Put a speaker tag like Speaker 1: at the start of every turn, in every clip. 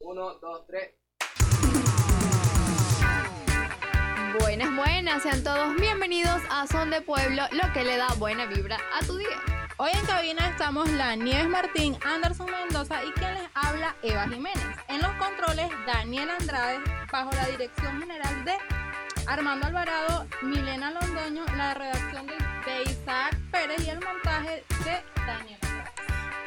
Speaker 1: Uno, dos, tres.
Speaker 2: Buenas, buenas, sean todos bienvenidos a Son de Pueblo, lo que le da buena vibra a tu día.
Speaker 3: Hoy en cabina estamos la Nieves Martín, Anderson Mendoza y quien les habla Eva Jiménez. En los controles Daniel Andrade bajo la dirección general de Armando Alvarado, Milena Londoño, la redacción de, de Isaac Pérez y el montaje de Daniel. Andrade.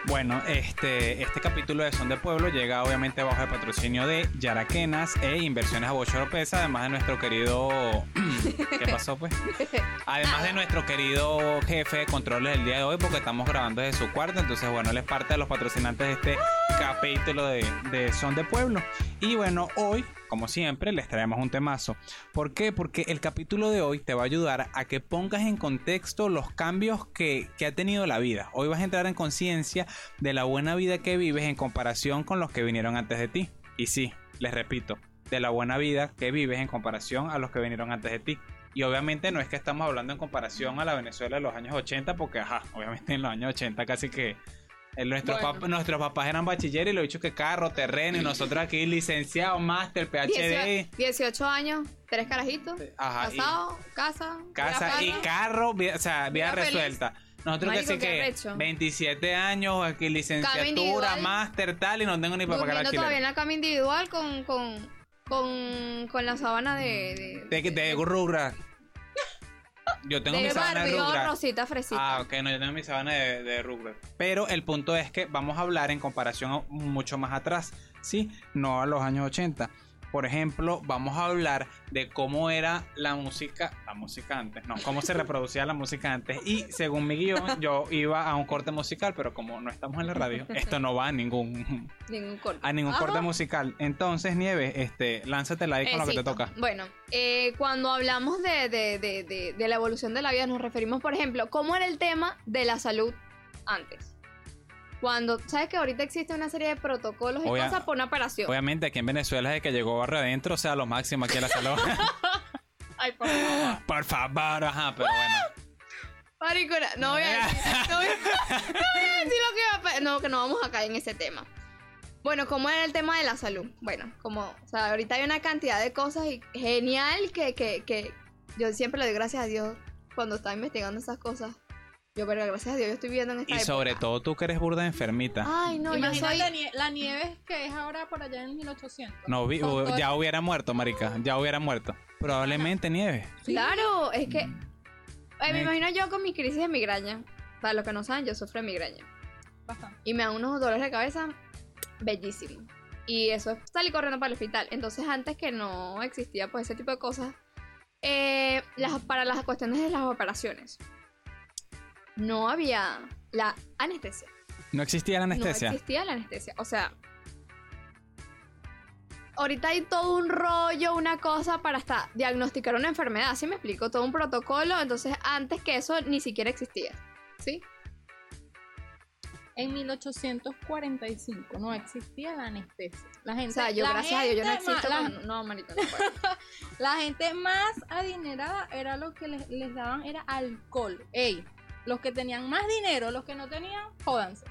Speaker 4: Bueno, este, este capítulo de Son de Pueblo llega obviamente bajo el patrocinio de Yaraquenas e Inversiones a Bochor Pesa, además de nuestro querido... ¿Qué pasó pues? Además de nuestro querido jefe de controles del día de hoy, porque estamos grabando desde su cuarto, entonces bueno, él es parte de los patrocinantes de este capítulo de, de Son de Pueblo. Y bueno, hoy, como siempre, les traemos un temazo. ¿Por qué? Porque el capítulo de hoy te va a ayudar a que pongas en contexto los cambios que, que ha tenido la vida. Hoy vas a entrar en conciencia de la buena vida que vives en comparación con los que vinieron antes de ti. Y sí, les repito, de la buena vida que vives en comparación a los que vinieron antes de ti. Y obviamente no es que estamos hablando en comparación a la Venezuela de los años 80, porque ajá, obviamente en los años 80 casi que eh, nuestros,
Speaker 3: Bueno.
Speaker 4: pap- nuestros papás eran bachilleros y lo dicho que carro, terreno, y nosotros aquí licenciados, máster, PhD,
Speaker 2: 18 años, tres carajitos,
Speaker 4: ajá, y
Speaker 2: casado, casa,
Speaker 4: casa y
Speaker 2: grafana.
Speaker 4: carro, vi- o sea, vida
Speaker 2: Vida feliz.
Speaker 4: resuelta. Nosotros
Speaker 2: Marico,
Speaker 4: casi
Speaker 2: qué
Speaker 4: que
Speaker 2: arrecho.
Speaker 4: 27 años, aquí licenciatura,
Speaker 2: individual.
Speaker 4: máster, tal, y no tengo ni para pagar la
Speaker 2: durmiendo todavía en
Speaker 4: chilena.
Speaker 2: la cama individual con, con, con, con la sábana de...
Speaker 4: De, de Rugrats. Yo tengo
Speaker 2: de
Speaker 4: mi sábana de
Speaker 2: Barbie o
Speaker 4: Rugrats.
Speaker 2: Rosita Fresita.
Speaker 4: Ah, ok, no, yo tengo mi sabana de, de Rugrats. Pero el punto es que vamos a hablar en comparación a mucho más atrás, ¿sí? No a los años 80. Por ejemplo, vamos a hablar de cómo era la música, la música antes, no, cómo se reproducía la música antes. Y según mi guión, yo iba a un corte musical, pero como no estamos en la radio, esto no va a ningún,
Speaker 2: Ningún corte.
Speaker 4: a Ah, ningún
Speaker 2: Ajá.
Speaker 4: corte musical. Entonces, Nieves, este, lánzatela ahí con lo que te
Speaker 2: Éxito.
Speaker 4: toca.
Speaker 2: Bueno, eh, cuando hablamos de, de- de- de- de la evolución de la vida, nos referimos, por ejemplo, cómo era el tema de la salud antes. Cuando, ¿sabes que ahorita existe una serie de protocolos
Speaker 4: Obvia-
Speaker 2: y cosas por una operación?
Speaker 4: Obviamente, aquí en Venezuela, desde que llegó Barra Adentro, o sea, lo máximo aquí en la salud.
Speaker 2: Ay, por favor.
Speaker 4: Por favor, ajá, pero bueno.
Speaker 2: Maricona, no voy a decir, no voy a, no voy a decir lo que va a pa- No, que no vamos a caer en ese tema. Bueno, ¿cómo era el tema de la salud? Bueno, como, o sea, ahorita hay una cantidad de cosas y- genial que, que, que yo siempre le doy gracias a Dios cuando estaba investigando esas cosas. Yo, pero gracias a Dios, yo estoy viviendo en esta
Speaker 4: Y
Speaker 2: época.
Speaker 4: sobre todo tú que eres burda enfermita.
Speaker 2: Ay, no,
Speaker 3: Imagina
Speaker 2: yo
Speaker 3: la,
Speaker 2: soy...
Speaker 3: nie- la Nieves que es ahora por allá en 1800.
Speaker 4: No, vi- uh,
Speaker 3: Con todo
Speaker 4: ya hubiera muerto, marica. Ya hubiera muerto. Probablemente nieve.
Speaker 3: Sí.
Speaker 2: Claro, es que... eh, me
Speaker 4: Next.
Speaker 2: imagino yo con mi crisis de migraña. Para los que no saben, yo sufro de migraña.
Speaker 3: bastante.
Speaker 2: y me da unos dolores de cabeza bellísimos. Y eso es salir corriendo para el hospital. Entonces, antes que no existía pues ese tipo de cosas, eh, las, para las cuestiones de las operaciones, no había la anestesia.
Speaker 4: No existía la anestesia.
Speaker 2: No existía la anestesia. O sea, ahorita hay todo un rollo, una cosa para hasta diagnosticar una enfermedad, ¿sí me explico? Todo un protocolo. Entonces, antes que eso ni siquiera existía. ¿Sí?
Speaker 3: En 1845 no existía la anestesia. La gente,
Speaker 2: O sea, yo,
Speaker 3: la
Speaker 2: gracias a Dios, yo no
Speaker 3: gente ma-
Speaker 2: existo.
Speaker 3: la-
Speaker 2: con- No, manito, no puedo.
Speaker 3: La gente más adinerada era lo que les, les daban era alcohol. Ey, los que tenían más dinero, los que no tenían, jódanse.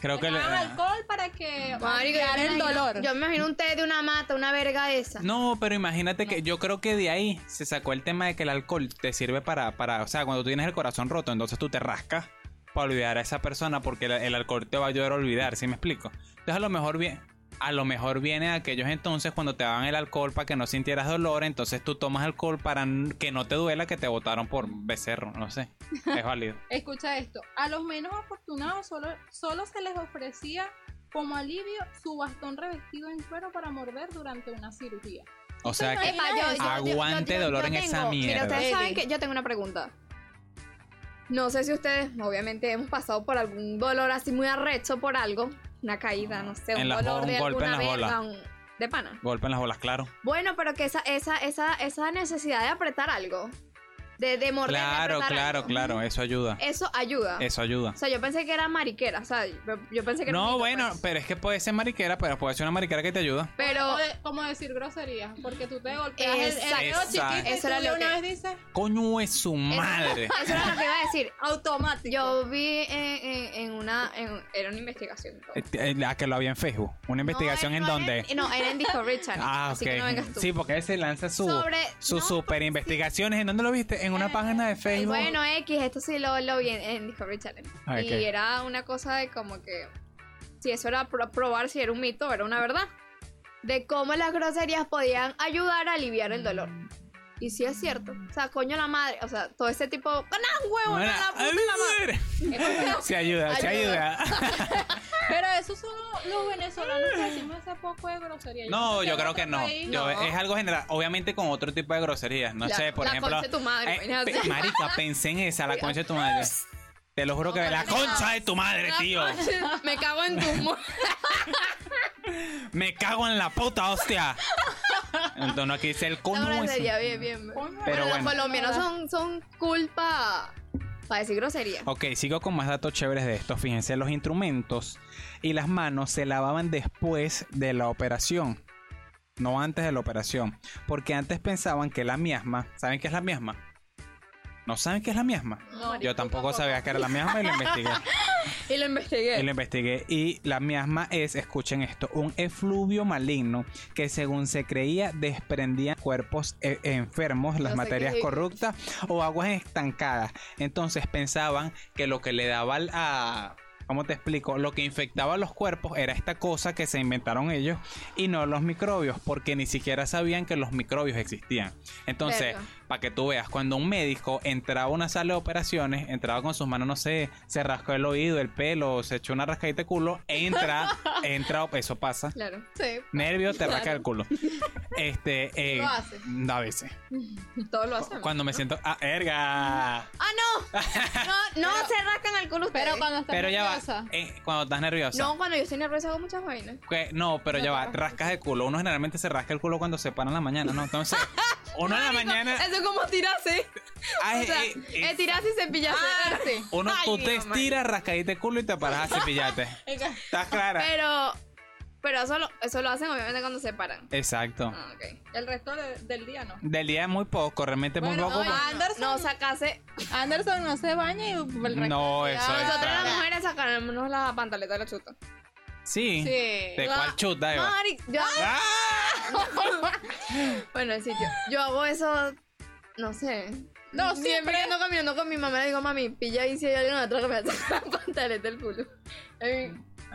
Speaker 4: Creo que
Speaker 3: les
Speaker 4: le-
Speaker 3: daban
Speaker 2: Ah,
Speaker 3: alcohol para que
Speaker 2: Marico, yo
Speaker 3: aliviar
Speaker 2: me
Speaker 3: el
Speaker 2: imagino-
Speaker 3: dolor.
Speaker 2: Yo me imagino un té de una mata, una verga de esa.
Speaker 4: No, pero imagínate que yo creo que de ahí se sacó el tema de que el alcohol te sirve para, para, o sea, cuando tú tienes el corazón roto, entonces tú te rascas para olvidar a esa persona porque el, el alcohol te va a ayudar a olvidar, ¿sí me explico? Entonces a lo mejor bien, a lo mejor viene de aquellos entonces cuando te daban el alcohol para que no sintieras dolor, entonces tú tomas alcohol para n- que no te duela que te botaron por becerro, no sé, es válido.
Speaker 3: Escucha esto, a los menos afortunados solo, solo se les ofrecía como alivio su bastón revestido en cuero para morder durante una cirugía.
Speaker 4: O sea que
Speaker 2: Epa, eh, yo- yo- yo-
Speaker 4: Aguante dolor en esa
Speaker 2: Mira, ustedes
Speaker 3: mierda.
Speaker 2: saben que yo tengo una pregunta. No sé si ustedes, obviamente, hemos pasado por algún dolor así muy arrecho por algo. Una caída, no sé,
Speaker 4: En
Speaker 2: un
Speaker 4: las bo-
Speaker 2: dolor
Speaker 4: un
Speaker 2: de
Speaker 4: golpe en
Speaker 2: alguna
Speaker 4: las
Speaker 2: verga,
Speaker 4: bolas.
Speaker 2: un- de pana.
Speaker 4: golpe en las bolas, claro.
Speaker 2: Bueno, pero que esa, esa, esa, esa necesidad de apretar algo de, de morder. de
Speaker 4: Claro,
Speaker 2: apretar
Speaker 4: claro,
Speaker 2: algo.
Speaker 4: claro, eso ayuda.
Speaker 2: Eso ayuda.
Speaker 4: Eso ayuda.
Speaker 2: O sea, yo pensé que era mariquera, o sea, yo yo pensé que era
Speaker 4: No,
Speaker 2: marica,
Speaker 4: bueno,
Speaker 2: pues.
Speaker 4: pero es que puede ser mariquera, pero puede ser una mariquera que te ayuda.
Speaker 2: pero
Speaker 3: O de- como decir groserías, porque tú te golpeas el- el dedo
Speaker 4: Exacto.
Speaker 3: chiquito y
Speaker 2: Eso
Speaker 3: tú
Speaker 2: era lo
Speaker 3: de una
Speaker 2: que-
Speaker 3: vez dices
Speaker 4: Coño es su madre.
Speaker 2: eso era lo que iba a decir.
Speaker 3: automático.
Speaker 2: Yo vi en, en- en una en- era una investigación.
Speaker 4: Eh, eh, La que lo había en Facebook. Una investigación
Speaker 2: No,
Speaker 4: en
Speaker 2: no
Speaker 4: donde.
Speaker 2: era en- no, era en Discovery Channel.
Speaker 4: Ah,
Speaker 2: Así que no vengas
Speaker 4: ok.
Speaker 2: tú.
Speaker 4: Sí, porque él se lanza su,
Speaker 2: Sobre-
Speaker 4: su
Speaker 2: no,
Speaker 4: super investigaciones. ¿En dónde lo viste? En una página de
Speaker 2: Y
Speaker 4: Facebook.
Speaker 2: bueno, X, esto sí lo, lo vi en, en Discovery Channel.
Speaker 4: Ah, ok.
Speaker 2: Y era una cosa de como que. Si eso era pro- probar si era un mito o era una verdad. De cómo las groserías podían ayudar a aliviar el dolor. Y sí es cierto. O sea, coño la madre. O sea, todo ese tipo. ¡Ah, no, huevo! no,
Speaker 4: Bueno,
Speaker 2: la puta la madre!
Speaker 4: Se ayuda, se
Speaker 2: Ayuda.
Speaker 4: ayuda.
Speaker 3: eh, Pero esos son los- los venezolanos que decimos hace poco de grosería.
Speaker 4: No, yo creo que
Speaker 3: en otro
Speaker 4: no.
Speaker 3: país-
Speaker 4: Yo-
Speaker 2: No.
Speaker 4: es algo general. Obviamente con otro tipo de groserías. No
Speaker 2: La-
Speaker 4: sé, por
Speaker 2: la
Speaker 4: ejemplo.
Speaker 2: concha de tu madre,
Speaker 4: eh,
Speaker 2: imagínate.
Speaker 4: pe- marica, pensé en esa, la concha de tu madre. Te lo juro que la concha de tu madre, tío.
Speaker 2: Me cago en tu mo-
Speaker 4: Me cago en la puta, hostia. Entonces aquí dice el
Speaker 2: La
Speaker 4: coño. es-
Speaker 2: grosería, bien, bien.
Speaker 3: Coño,
Speaker 4: Pero
Speaker 2: los
Speaker 4: bueno.
Speaker 2: colombianos son, son culpa para decir grosería.
Speaker 4: Ok, sigo con más datos chéveres de esto. Fíjense, los instrumentos y las manos se lavaban después de la operación, no antes de la operación. Porque antes pensaban que la miasma, ¿saben qué es la miasma? ¿No saben qué es la miasma?
Speaker 3: No,
Speaker 4: Yo tampoco sabía que era la miasma y lo investigué.
Speaker 2: Y lo investigué.
Speaker 4: Y lo investigué. Y la miasma es, escuchen esto, un efluvio maligno que según se creía desprendía cuerpos e- enfermos, las
Speaker 2: sé
Speaker 4: materias
Speaker 2: qué es.
Speaker 4: corruptas o aguas estancadas. Entonces pensaban que lo que le daba al- a... ¿Cómo te explico? Lo que infectaba los cuerpos era esta cosa que se inventaron ellos y no los microbios, porque ni siquiera sabían que los microbios existían. Entonces,
Speaker 2: Verga.
Speaker 4: para que tú veas, cuando un médico entraba a una sala de operaciones, entraba con sus manos, no sé, se rascó el oído, el pelo, se echó una rascadita de culo, entra, entra, eso pasa.
Speaker 2: Claro.
Speaker 3: Sí,
Speaker 4: Nervio, te rasca el culo. Este, eh,
Speaker 3: Lo hace.
Speaker 4: A veces.
Speaker 2: Todos lo hacen.
Speaker 4: Cuando me siento. ¡Ah, erga!
Speaker 2: ¡Ah, no! No, no se rascan el culo ustedes.
Speaker 3: pero cuando estás
Speaker 4: Pero ya va.
Speaker 3: nerviosa,
Speaker 4: eh, cuando estás nerviosa.
Speaker 2: No, cuando yo estoy nerviosa hago muchas vainas.
Speaker 4: Que- no, pero ya va, rascas el culo. Uno generalmente se rasca el culo cuando se para en la mañana, ¿no? Entonces, uno en la mañana.
Speaker 2: Eso es como tirarse.
Speaker 4: ay,
Speaker 2: O sea,
Speaker 4: eh, eh,
Speaker 2: es tirarse y cepillarse.
Speaker 3: sí.
Speaker 4: uno,
Speaker 2: Ay,
Speaker 4: tú
Speaker 2: mi
Speaker 4: te
Speaker 2: mamá.
Speaker 4: estiras, rascadita el culo y te paras a cepillarte. ¿Estás clara?
Speaker 2: Pero, pero eso, lo, eso lo hacen obviamente cuando se paran.
Speaker 4: Exacto.
Speaker 2: Ah, ok.
Speaker 3: El resto de- del día no.
Speaker 4: Del día es muy poco, realmente muy
Speaker 3: Bueno,
Speaker 4: poco.
Speaker 3: no,
Speaker 4: porque-
Speaker 3: Anderson.
Speaker 2: No sacase.
Speaker 3: Anderson no se baña y el resto.
Speaker 4: pues. No,
Speaker 3: del día-
Speaker 4: eso es
Speaker 2: pues, Nosotras
Speaker 4: Claro.
Speaker 2: las mujeres sacarnos la pantaleta de la chuta.
Speaker 4: Sí.
Speaker 3: Sí.
Speaker 4: ¿De cuál chuta, Eva?
Speaker 2: Mari, yo-
Speaker 4: ¡Ah!
Speaker 2: Bueno, sí, yo, yo hago eso, no sé.
Speaker 3: No,
Speaker 2: siempre
Speaker 3: siempre.
Speaker 2: que ando caminando con mi mamá, le digo, mami, pilla ahí si hay alguien atrás que me hace la pantaleta del culo. Ay,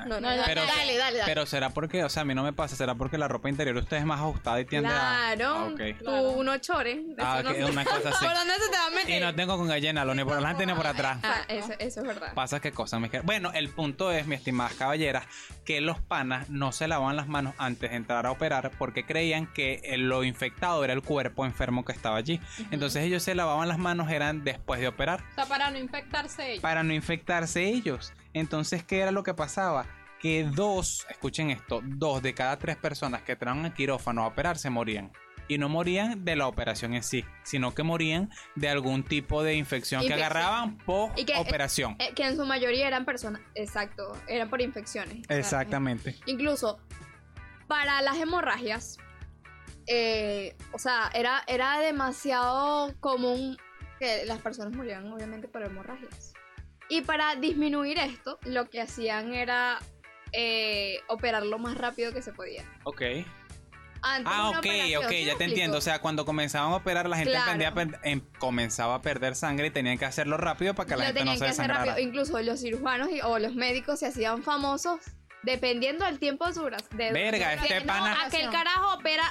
Speaker 2: No, no,
Speaker 3: No,
Speaker 2: no,
Speaker 4: pero-
Speaker 2: dale, dale, dale.
Speaker 4: Pero será porque, o sea, a mí no me pasa, será porque la ropa interior usted es más ajustada y tiende a. Ah,
Speaker 2: claro,
Speaker 4: ok.
Speaker 2: tú unos chores.
Speaker 4: Ah,
Speaker 2: eso
Speaker 4: ok,
Speaker 2: no-
Speaker 4: una cosa así.
Speaker 2: ¿Por dónde se te va a
Speaker 4: Y
Speaker 2: meter?
Speaker 4: no tengo con gallina, lo ni por delante ni por atrás.
Speaker 2: Ah, eso, eso es verdad.
Speaker 4: Pasa qué cosa, mis quer- Bueno, el punto es, mi estimadas caballeras, que los panas no se lavaban las manos antes de entrar a operar porque creían que eh, lo infectado era el cuerpo enfermo que estaba allí. Entonces ellos se lavaban las manos eran después de operar.
Speaker 3: O sea, para no infectarse ellos.
Speaker 4: para no infectarse ellos. Entonces, ¿qué era lo que pasaba? Que dos, escuchen esto, dos de cada tres personas que entraron al quirófano a operarse morían. Y no morían de la operación en sí, sino que morían de algún tipo de infección, que
Speaker 2: Infección.
Speaker 4: agarraban post
Speaker 2: Y que-
Speaker 4: operación.
Speaker 2: Eh, que en su mayoría eran personas, exacto, eran por infecciones.
Speaker 4: Exactamente.
Speaker 2: Incluso para las hemorragias, eh, o sea, era, era demasiado común que las personas murieran obviamente por hemorragias. Y para disminuir esto, lo que hacían era eh, operar lo más rápido que se podía.
Speaker 4: Ok.
Speaker 2: Antes
Speaker 4: Ah,
Speaker 2: una
Speaker 4: ok,
Speaker 2: operación,
Speaker 4: ok,
Speaker 2: ¿sí me
Speaker 4: ya te
Speaker 2: explico?
Speaker 4: entiendo. O sea, cuando comenzaban a operar, la gente
Speaker 2: Claro.
Speaker 4: tendía a per- em- comenzaba a perder sangre y tenían que hacerlo rápido para que la
Speaker 2: lo
Speaker 4: gente no
Speaker 2: tenían
Speaker 4: se
Speaker 2: que hacer
Speaker 4: desangrara.
Speaker 2: rápido. Incluso los cirujanos y- o los médicos se hacían famosos dependiendo del tiempo de duración.
Speaker 4: Verga, este
Speaker 2: no,
Speaker 4: pana.
Speaker 2: aquel carajo opera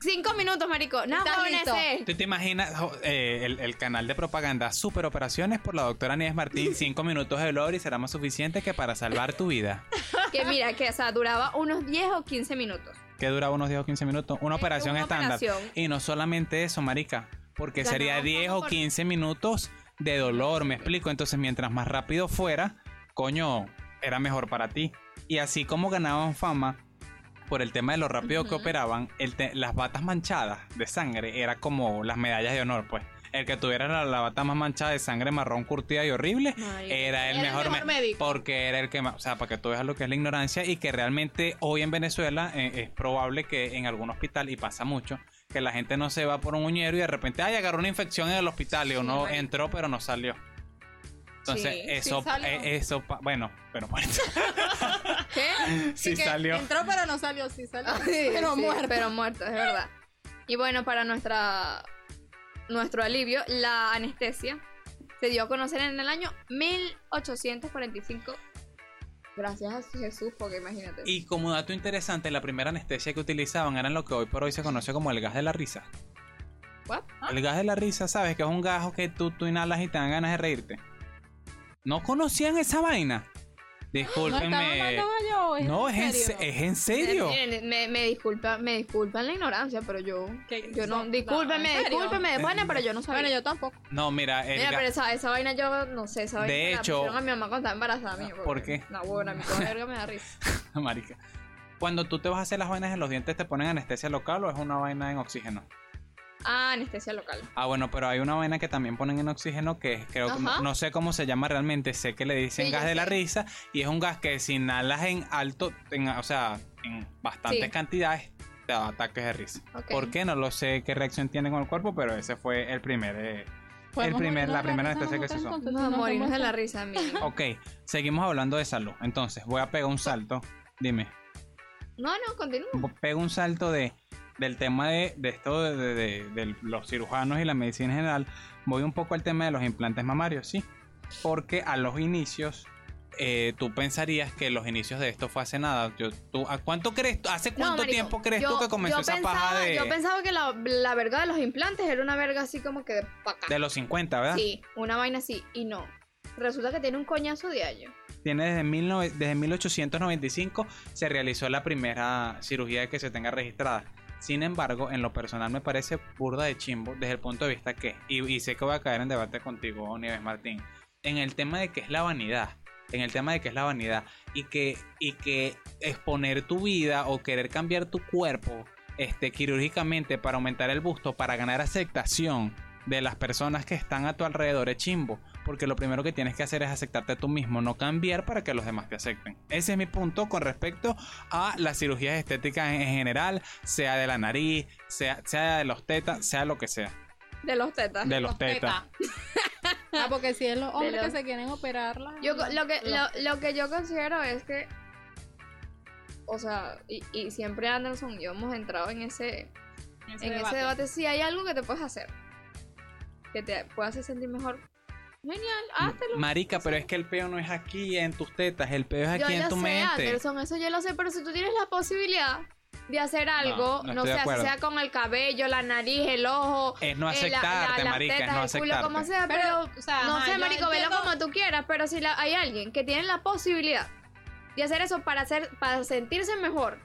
Speaker 2: cinco minutos, marico. No,
Speaker 3: Estás
Speaker 2: jóvenes,
Speaker 3: listo.
Speaker 2: eh.
Speaker 4: ¿Tú te imaginas jo- eh, el, el canal de propaganda Super Operaciones por la doctora Nieves Martín? Cinco minutos de lore y será más suficiente que para salvar tu vida.
Speaker 2: Que mira, que o sea, duraba unos 10 o 15 minutos.
Speaker 4: Que dura unos 10 o 15 minutos. Una operación
Speaker 2: una
Speaker 4: estándar.
Speaker 2: operación.
Speaker 4: Y no solamente eso, marica. Porque
Speaker 2: Ganaba
Speaker 4: sería
Speaker 2: más
Speaker 4: 10 o
Speaker 2: por-
Speaker 4: 15 minutos de dolor, me explico. Entonces, mientras más rápido fuera, coño, era mejor para ti. Y así como ganaban fama por el tema de lo rápido que operaban, el te- las batas manchadas de sangre era como las medallas de honor, pues. el que tuviera la, la bata más manchada de sangre marrón curtida y horrible,
Speaker 2: Marico.
Speaker 4: era
Speaker 3: Era el
Speaker 4: el mejor,
Speaker 3: mejor
Speaker 4: me-
Speaker 3: médico.
Speaker 4: Porque era el que más, o sea, para que tú veas lo que es la ignorancia y que realmente hoy en Venezuela eh, es probable que en algún hospital, y pasa mucho, que la gente no se va por un uñero y de repente, ay, agarró una infección en el hospital y uno
Speaker 2: marico.
Speaker 4: entró pero no salió. Entonces,
Speaker 2: Sí, sí
Speaker 4: eso,
Speaker 3: salió.
Speaker 4: eh, eso, pa- bueno, pero muerto.
Speaker 3: ¿Qué?
Speaker 4: Sí
Speaker 3: que
Speaker 4: salió.
Speaker 3: Entró, pero no salió. Sí salió.
Speaker 2: Sí,
Speaker 3: pero
Speaker 2: sí,
Speaker 3: muerto.
Speaker 2: Pero muerto, es verdad. Y bueno, para nuestra nuestro alivio, la anestesia se dio a conocer en el año 1845. Gracias a Jesús, porque imagínate.
Speaker 4: Y como dato interesante, la primera anestesia que utilizaban era lo que hoy por hoy se conoce como el gas de la risa.
Speaker 2: What?
Speaker 3: Ah.
Speaker 4: El gas de la risa, ¿sabes? Que es un gajo que tú, tú inhalas y te dan ganas de reírte. ¿No conocían esa vaina?
Speaker 3: No estaba
Speaker 4: Discúlpenme.
Speaker 3: hablando yo. ¿es
Speaker 4: No, es
Speaker 3: en
Speaker 4: en,
Speaker 3: serio?
Speaker 4: se- es en serio.
Speaker 2: Miren, Me, me disculpa, me disculpan la ignorancia, pero yo,
Speaker 3: ¿Qué?
Speaker 2: yo no,
Speaker 3: No,
Speaker 2: discúlpeme,
Speaker 3: ¿en serio?
Speaker 2: discúlpeme, bueno, pero yo no sabía.
Speaker 3: Bueno, yo tampoco.
Speaker 4: No, mira, el
Speaker 2: Mira,
Speaker 4: ga-
Speaker 2: pero esa, esa vaina yo no sé, esa
Speaker 4: De
Speaker 2: vaina me la
Speaker 4: hecho-
Speaker 2: pusieron a mi mamá cuando estaba embarazada. amigo,
Speaker 4: ¿Por
Speaker 2: porque-
Speaker 4: qué?
Speaker 2: No, bueno, a mí toda verga me da risa.
Speaker 4: marica. Cuando tú te vas a hacer las vainas en los dientes, ¿te ponen anestesia local o es una vaina en oxígeno?
Speaker 2: Ah, anestesia local.
Speaker 4: Ah, bueno, pero hay una vaina que también ponen en oxígeno que es- creo que
Speaker 2: Ajá.
Speaker 4: no sé cómo se llama realmente, sé que le dicen
Speaker 2: Sí,
Speaker 4: gas
Speaker 2: ya
Speaker 4: de la
Speaker 2: sé.
Speaker 4: risa y es un gas que si inhalas en alto, en- o sea, en bastantes
Speaker 2: Sí.
Speaker 4: cantidades te da ataques de risa.
Speaker 2: Ok.
Speaker 4: ¿Por qué? No lo sé qué reacción tiene con el cuerpo, pero ese fue el primer. eh.
Speaker 3: Podemos
Speaker 4: primer-
Speaker 3: morirnos
Speaker 4: la primera
Speaker 3: de risa
Speaker 4: anestesia que se
Speaker 3: nosotras,
Speaker 4: usó.
Speaker 3: entonces,
Speaker 2: No,
Speaker 3: si nos
Speaker 2: morirnos de
Speaker 3: vemos-
Speaker 2: la risa, amigo.
Speaker 4: Ok, seguimos hablando de salud. Entonces, voy a pegar un salto. Dime,
Speaker 2: No, no, continúa.
Speaker 4: pego un salto de del tema de, de esto de, de- de- de los cirujanos y la medicina en general, voy un poco al tema de los implantes mamarios, sí. Porque a los inicios, eh, tú pensarías que los inicios de esto fue hace nada. Yo, tú, ¿a cuánto crees? tú- ¿Hace cuánto
Speaker 2: No, marico,
Speaker 4: tiempo crees
Speaker 2: yo-
Speaker 4: tú que comenzó
Speaker 2: yo
Speaker 4: esa
Speaker 2: pensaba,
Speaker 4: paja de,
Speaker 2: Yo pensaba que la, la verga de los implantes era una verga así como que de pa' acá.
Speaker 4: de los 50, verdad?
Speaker 2: Sí, una vaina así. Y no. Resulta que tiene un coñazo de año.
Speaker 4: Tiene desde, mil nove- desde 1895 se realizó la primera cirugía que se tenga registrada. Sin embargo, en lo personal me parece burda de chimbo desde el punto de vista que, y, y sé que voy a caer en debate contigo, Nieves Martín, en el tema de qué es la vanidad, en el tema de qué es la vanidad y que, y que exponer tu vida o querer cambiar tu cuerpo este, quirúrgicamente para aumentar el busto, para ganar aceptación de las personas que están a tu alrededor es chimbo. Porque lo primero que tienes que hacer es aceptarte tú mismo, no cambiar para que los demás te acepten. Ese es mi punto con respecto a las cirugías estéticas en general, sea de la nariz, sea, sea de los tetas, sea lo que sea.
Speaker 2: De los tetas.
Speaker 4: De los tetas.
Speaker 3: Ah, porque si es los hombres
Speaker 2: los-
Speaker 3: que se quieren operar. las-
Speaker 2: Yo, co- lo, que,
Speaker 3: los-
Speaker 2: lo, lo que yo considero es que. O sea, y, y siempre Anderson y yo hemos entrado en ese,
Speaker 3: ese
Speaker 2: en
Speaker 3: debate.
Speaker 2: ese debate. Si hay algo que te puedes hacer, que te puede hacer sentir mejor, genial, háztelo.
Speaker 4: Marica, pero es que el peo no es aquí en tus tetas, el peo es aquí
Speaker 2: yo
Speaker 4: en
Speaker 2: lo
Speaker 4: tu
Speaker 2: sé,
Speaker 4: mente.
Speaker 2: Anderson, eso yo lo sé, pero si tú tienes la posibilidad de hacer algo,
Speaker 4: No, no
Speaker 2: no,
Speaker 4: estoy de
Speaker 2: sé, así
Speaker 4: acuerdo.
Speaker 2: sea con el cabello, la nariz, el ojo,
Speaker 4: Es no
Speaker 2: eh, la- la-
Speaker 4: aceptarte,
Speaker 2: las
Speaker 4: marica, es
Speaker 2: tetas,
Speaker 4: no
Speaker 2: el culo,
Speaker 4: aceptarte.
Speaker 2: como sea, Ah, pero,
Speaker 3: Pero, o sea,
Speaker 2: no
Speaker 3: ajá,
Speaker 2: sé,
Speaker 3: yo
Speaker 2: marico, velo
Speaker 3: entiendo-
Speaker 2: como tú quieras, pero si la- hay alguien que tiene la posibilidad de hacer eso para hacer, para sentirse mejor,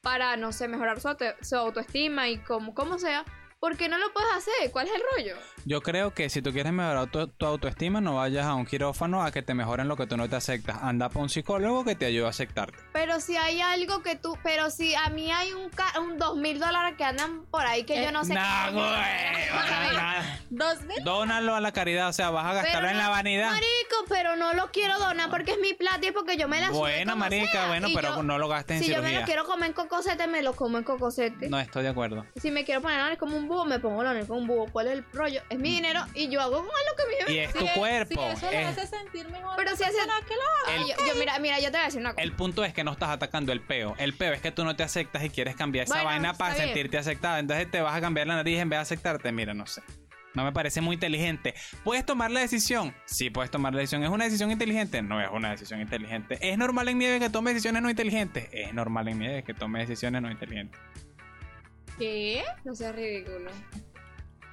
Speaker 2: para, no sé, mejorar su, auto- su autoestima y como, como sea, ¿por qué no lo puedes hacer? ¿Cuál es el rollo?
Speaker 4: Yo creo que si tú quieres mejorar tu, tu autoestima, no vayas a un quirófano a que te mejoren lo que tú no te aceptas. Anda para un psicólogo que te ayude a aceptarte.
Speaker 2: Pero si hay algo que tú, pero si a mí hay un, ca- un dos mil dólares que andan por ahí que yo
Speaker 3: Eh,
Speaker 2: no sé.
Speaker 4: Nah,
Speaker 2: qué-
Speaker 4: güey, nah, nah.
Speaker 3: Dos mil.
Speaker 4: Dónalo a la caridad, o sea, vas a gastarlo
Speaker 2: Pero
Speaker 4: en la
Speaker 2: no,
Speaker 4: vanidad.
Speaker 2: Marico, pero no lo quiero donar porque es mi plata y es porque yo me la sudé
Speaker 4: Bueno,
Speaker 2: como
Speaker 4: marica,
Speaker 2: sea.
Speaker 4: bueno,
Speaker 2: Y
Speaker 4: pero
Speaker 2: yo-
Speaker 4: no lo gastes en
Speaker 2: Si yo me
Speaker 4: cirugía.
Speaker 2: lo quiero comer en cocosete, me lo como en cocosete.
Speaker 4: No estoy de acuerdo.
Speaker 2: Si me quiero poner anal como un búho, me pongo la anal como un búho. ¿Cuál es el rollo? Es mi dinero y yo hago con él lo que me
Speaker 4: Mm. Y es tu cuerpo. eh.
Speaker 3: Si eso le
Speaker 4: es-
Speaker 3: hace sentir mejor.
Speaker 2: Pero si hace-
Speaker 3: ¿para qué lo hago?
Speaker 2: Ay,
Speaker 4: el-
Speaker 2: yo, yo- mira, mira, yo te voy a decir una cosa.
Speaker 4: El punto es que no estás atacando el peo. El peo es que tú no te aceptas y quieres cambiar esa
Speaker 2: Bueno,
Speaker 4: vaina
Speaker 2: está
Speaker 4: para
Speaker 2: bien.
Speaker 4: sentirte aceptada. Entonces te vas a cambiar la nariz en vez de aceptarte. Mira, no sé. No me parece muy inteligente. ¿Puedes tomar la decisión? Sí, puedes tomar la decisión. ¿Es una decisión inteligente? No es una decisión inteligente. ¿Es normal en nieve que tome decisiones no inteligentes? Es normal en nieve que tome decisiones no inteligentes.
Speaker 3: ¿Qué?
Speaker 2: No seas ridículo.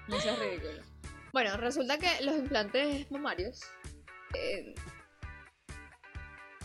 Speaker 2: No seas ridículo. Bueno, resulta que los implantes mamarios. eh,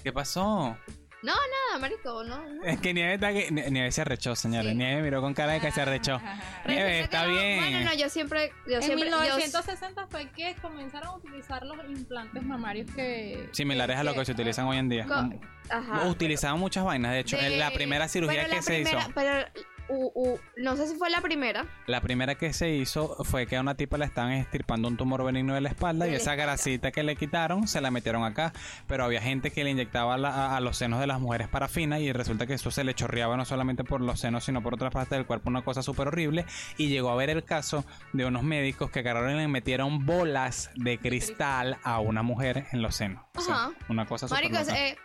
Speaker 4: ¿Qué pasó?
Speaker 2: nada, marico, no. no.
Speaker 4: Es que Nieve, está que- Nie- Nieve se arrechó, señores.
Speaker 2: Sí. Ah.
Speaker 4: Nieve miró con cara de que se arrechó. Nieve,
Speaker 2: Resulta
Speaker 4: está
Speaker 2: que no,
Speaker 4: bien.
Speaker 2: Bueno, no, yo siempre. Yo
Speaker 3: En
Speaker 2: siempre yo-
Speaker 3: 1960 fue que comenzaron a utilizar los implantes mamarios que.
Speaker 4: Similares a lo que se utilizan hoy en día.
Speaker 2: Co- Ajá.
Speaker 4: Utilizaban muchas vainas. De hecho,
Speaker 2: De-
Speaker 4: en la primera cirugía
Speaker 2: pero
Speaker 4: que
Speaker 2: la
Speaker 4: se
Speaker 2: primera-
Speaker 4: hizo.
Speaker 2: Pero u- u- no sé si fue la primera.
Speaker 4: La primera que se hizo fue que a una tipa le estaban estirpando un tumor benigno de la espalda
Speaker 2: De
Speaker 4: y
Speaker 2: la
Speaker 4: esa
Speaker 2: espalda.
Speaker 4: grasita que le quitaron se la metieron acá. Pero había gente que le inyectaba la- a, a los senos de las mujeres parafina y resulta que eso se le chorreaba no solamente por los senos, sino por otras partes del cuerpo, una cosa súper horrible. Y llegó a ver el caso de unos médicos que agarraron y le metieron bolas de cristal a una mujer en los senos. O sea,
Speaker 2: Ajá.
Speaker 4: una cosa súper.
Speaker 2: Maricos,
Speaker 4: loca.
Speaker 2: eh,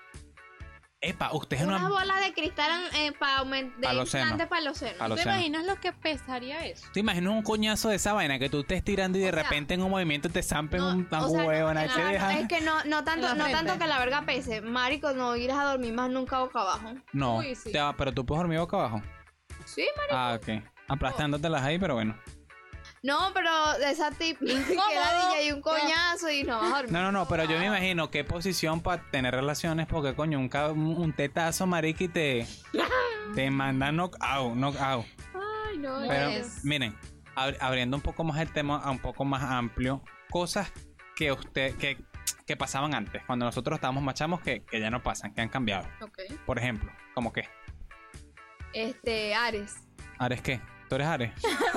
Speaker 4: Epa, ustedes no
Speaker 2: unas
Speaker 4: han-
Speaker 2: bolas de cristal eh, para aumentar
Speaker 4: Pa'
Speaker 2: de
Speaker 4: los senos.
Speaker 2: implantes para los senos.
Speaker 4: Pa'
Speaker 3: ¿Tú
Speaker 4: los
Speaker 3: te
Speaker 4: senos.
Speaker 3: imaginas lo que pesaría eso?
Speaker 4: ¿Te imaginas un coñazo de esa vaina que tú estés tirando y de
Speaker 2: O sea,
Speaker 4: repente en un movimiento te zampen
Speaker 2: No,
Speaker 4: un tan
Speaker 2: o sea, no,
Speaker 4: huevo?
Speaker 2: en
Speaker 4: ¿no?
Speaker 2: la-
Speaker 4: Te dejan-
Speaker 2: es que no, no tanto,
Speaker 3: En la
Speaker 2: no tanto
Speaker 3: frente.
Speaker 2: que la verga pese. Marico, no irás a dormir más nunca boca abajo.
Speaker 4: No,
Speaker 3: Uy, sí.
Speaker 4: te va- pero tú puedes dormir boca abajo.
Speaker 2: Sí, marico.
Speaker 4: Ah, ok. Aplastándotelas ahí, pero bueno.
Speaker 2: No, pero de esa tip que la DJ y un coñazo y no vas a dormir.
Speaker 4: No, no, no, pero
Speaker 2: Ah.
Speaker 4: yo me imagino qué posición para tener relaciones, porque coño, un, ca- un un tetazo, mariqui, te, te manda knockout, knockout.
Speaker 2: Ay, no.
Speaker 3: Pero-
Speaker 4: Pero
Speaker 3: Pues-
Speaker 4: miren, ab- abriendo un poco más el tema a un poco más amplio, cosas que usted que, que pasaban antes, cuando nosotros estábamos machamos que, que ya no pasan, que han cambiado.
Speaker 2: Ok.
Speaker 4: Por ejemplo, como que,
Speaker 2: Este, Ares.
Speaker 4: ¿Ares qué? ¿Tú eres Ares?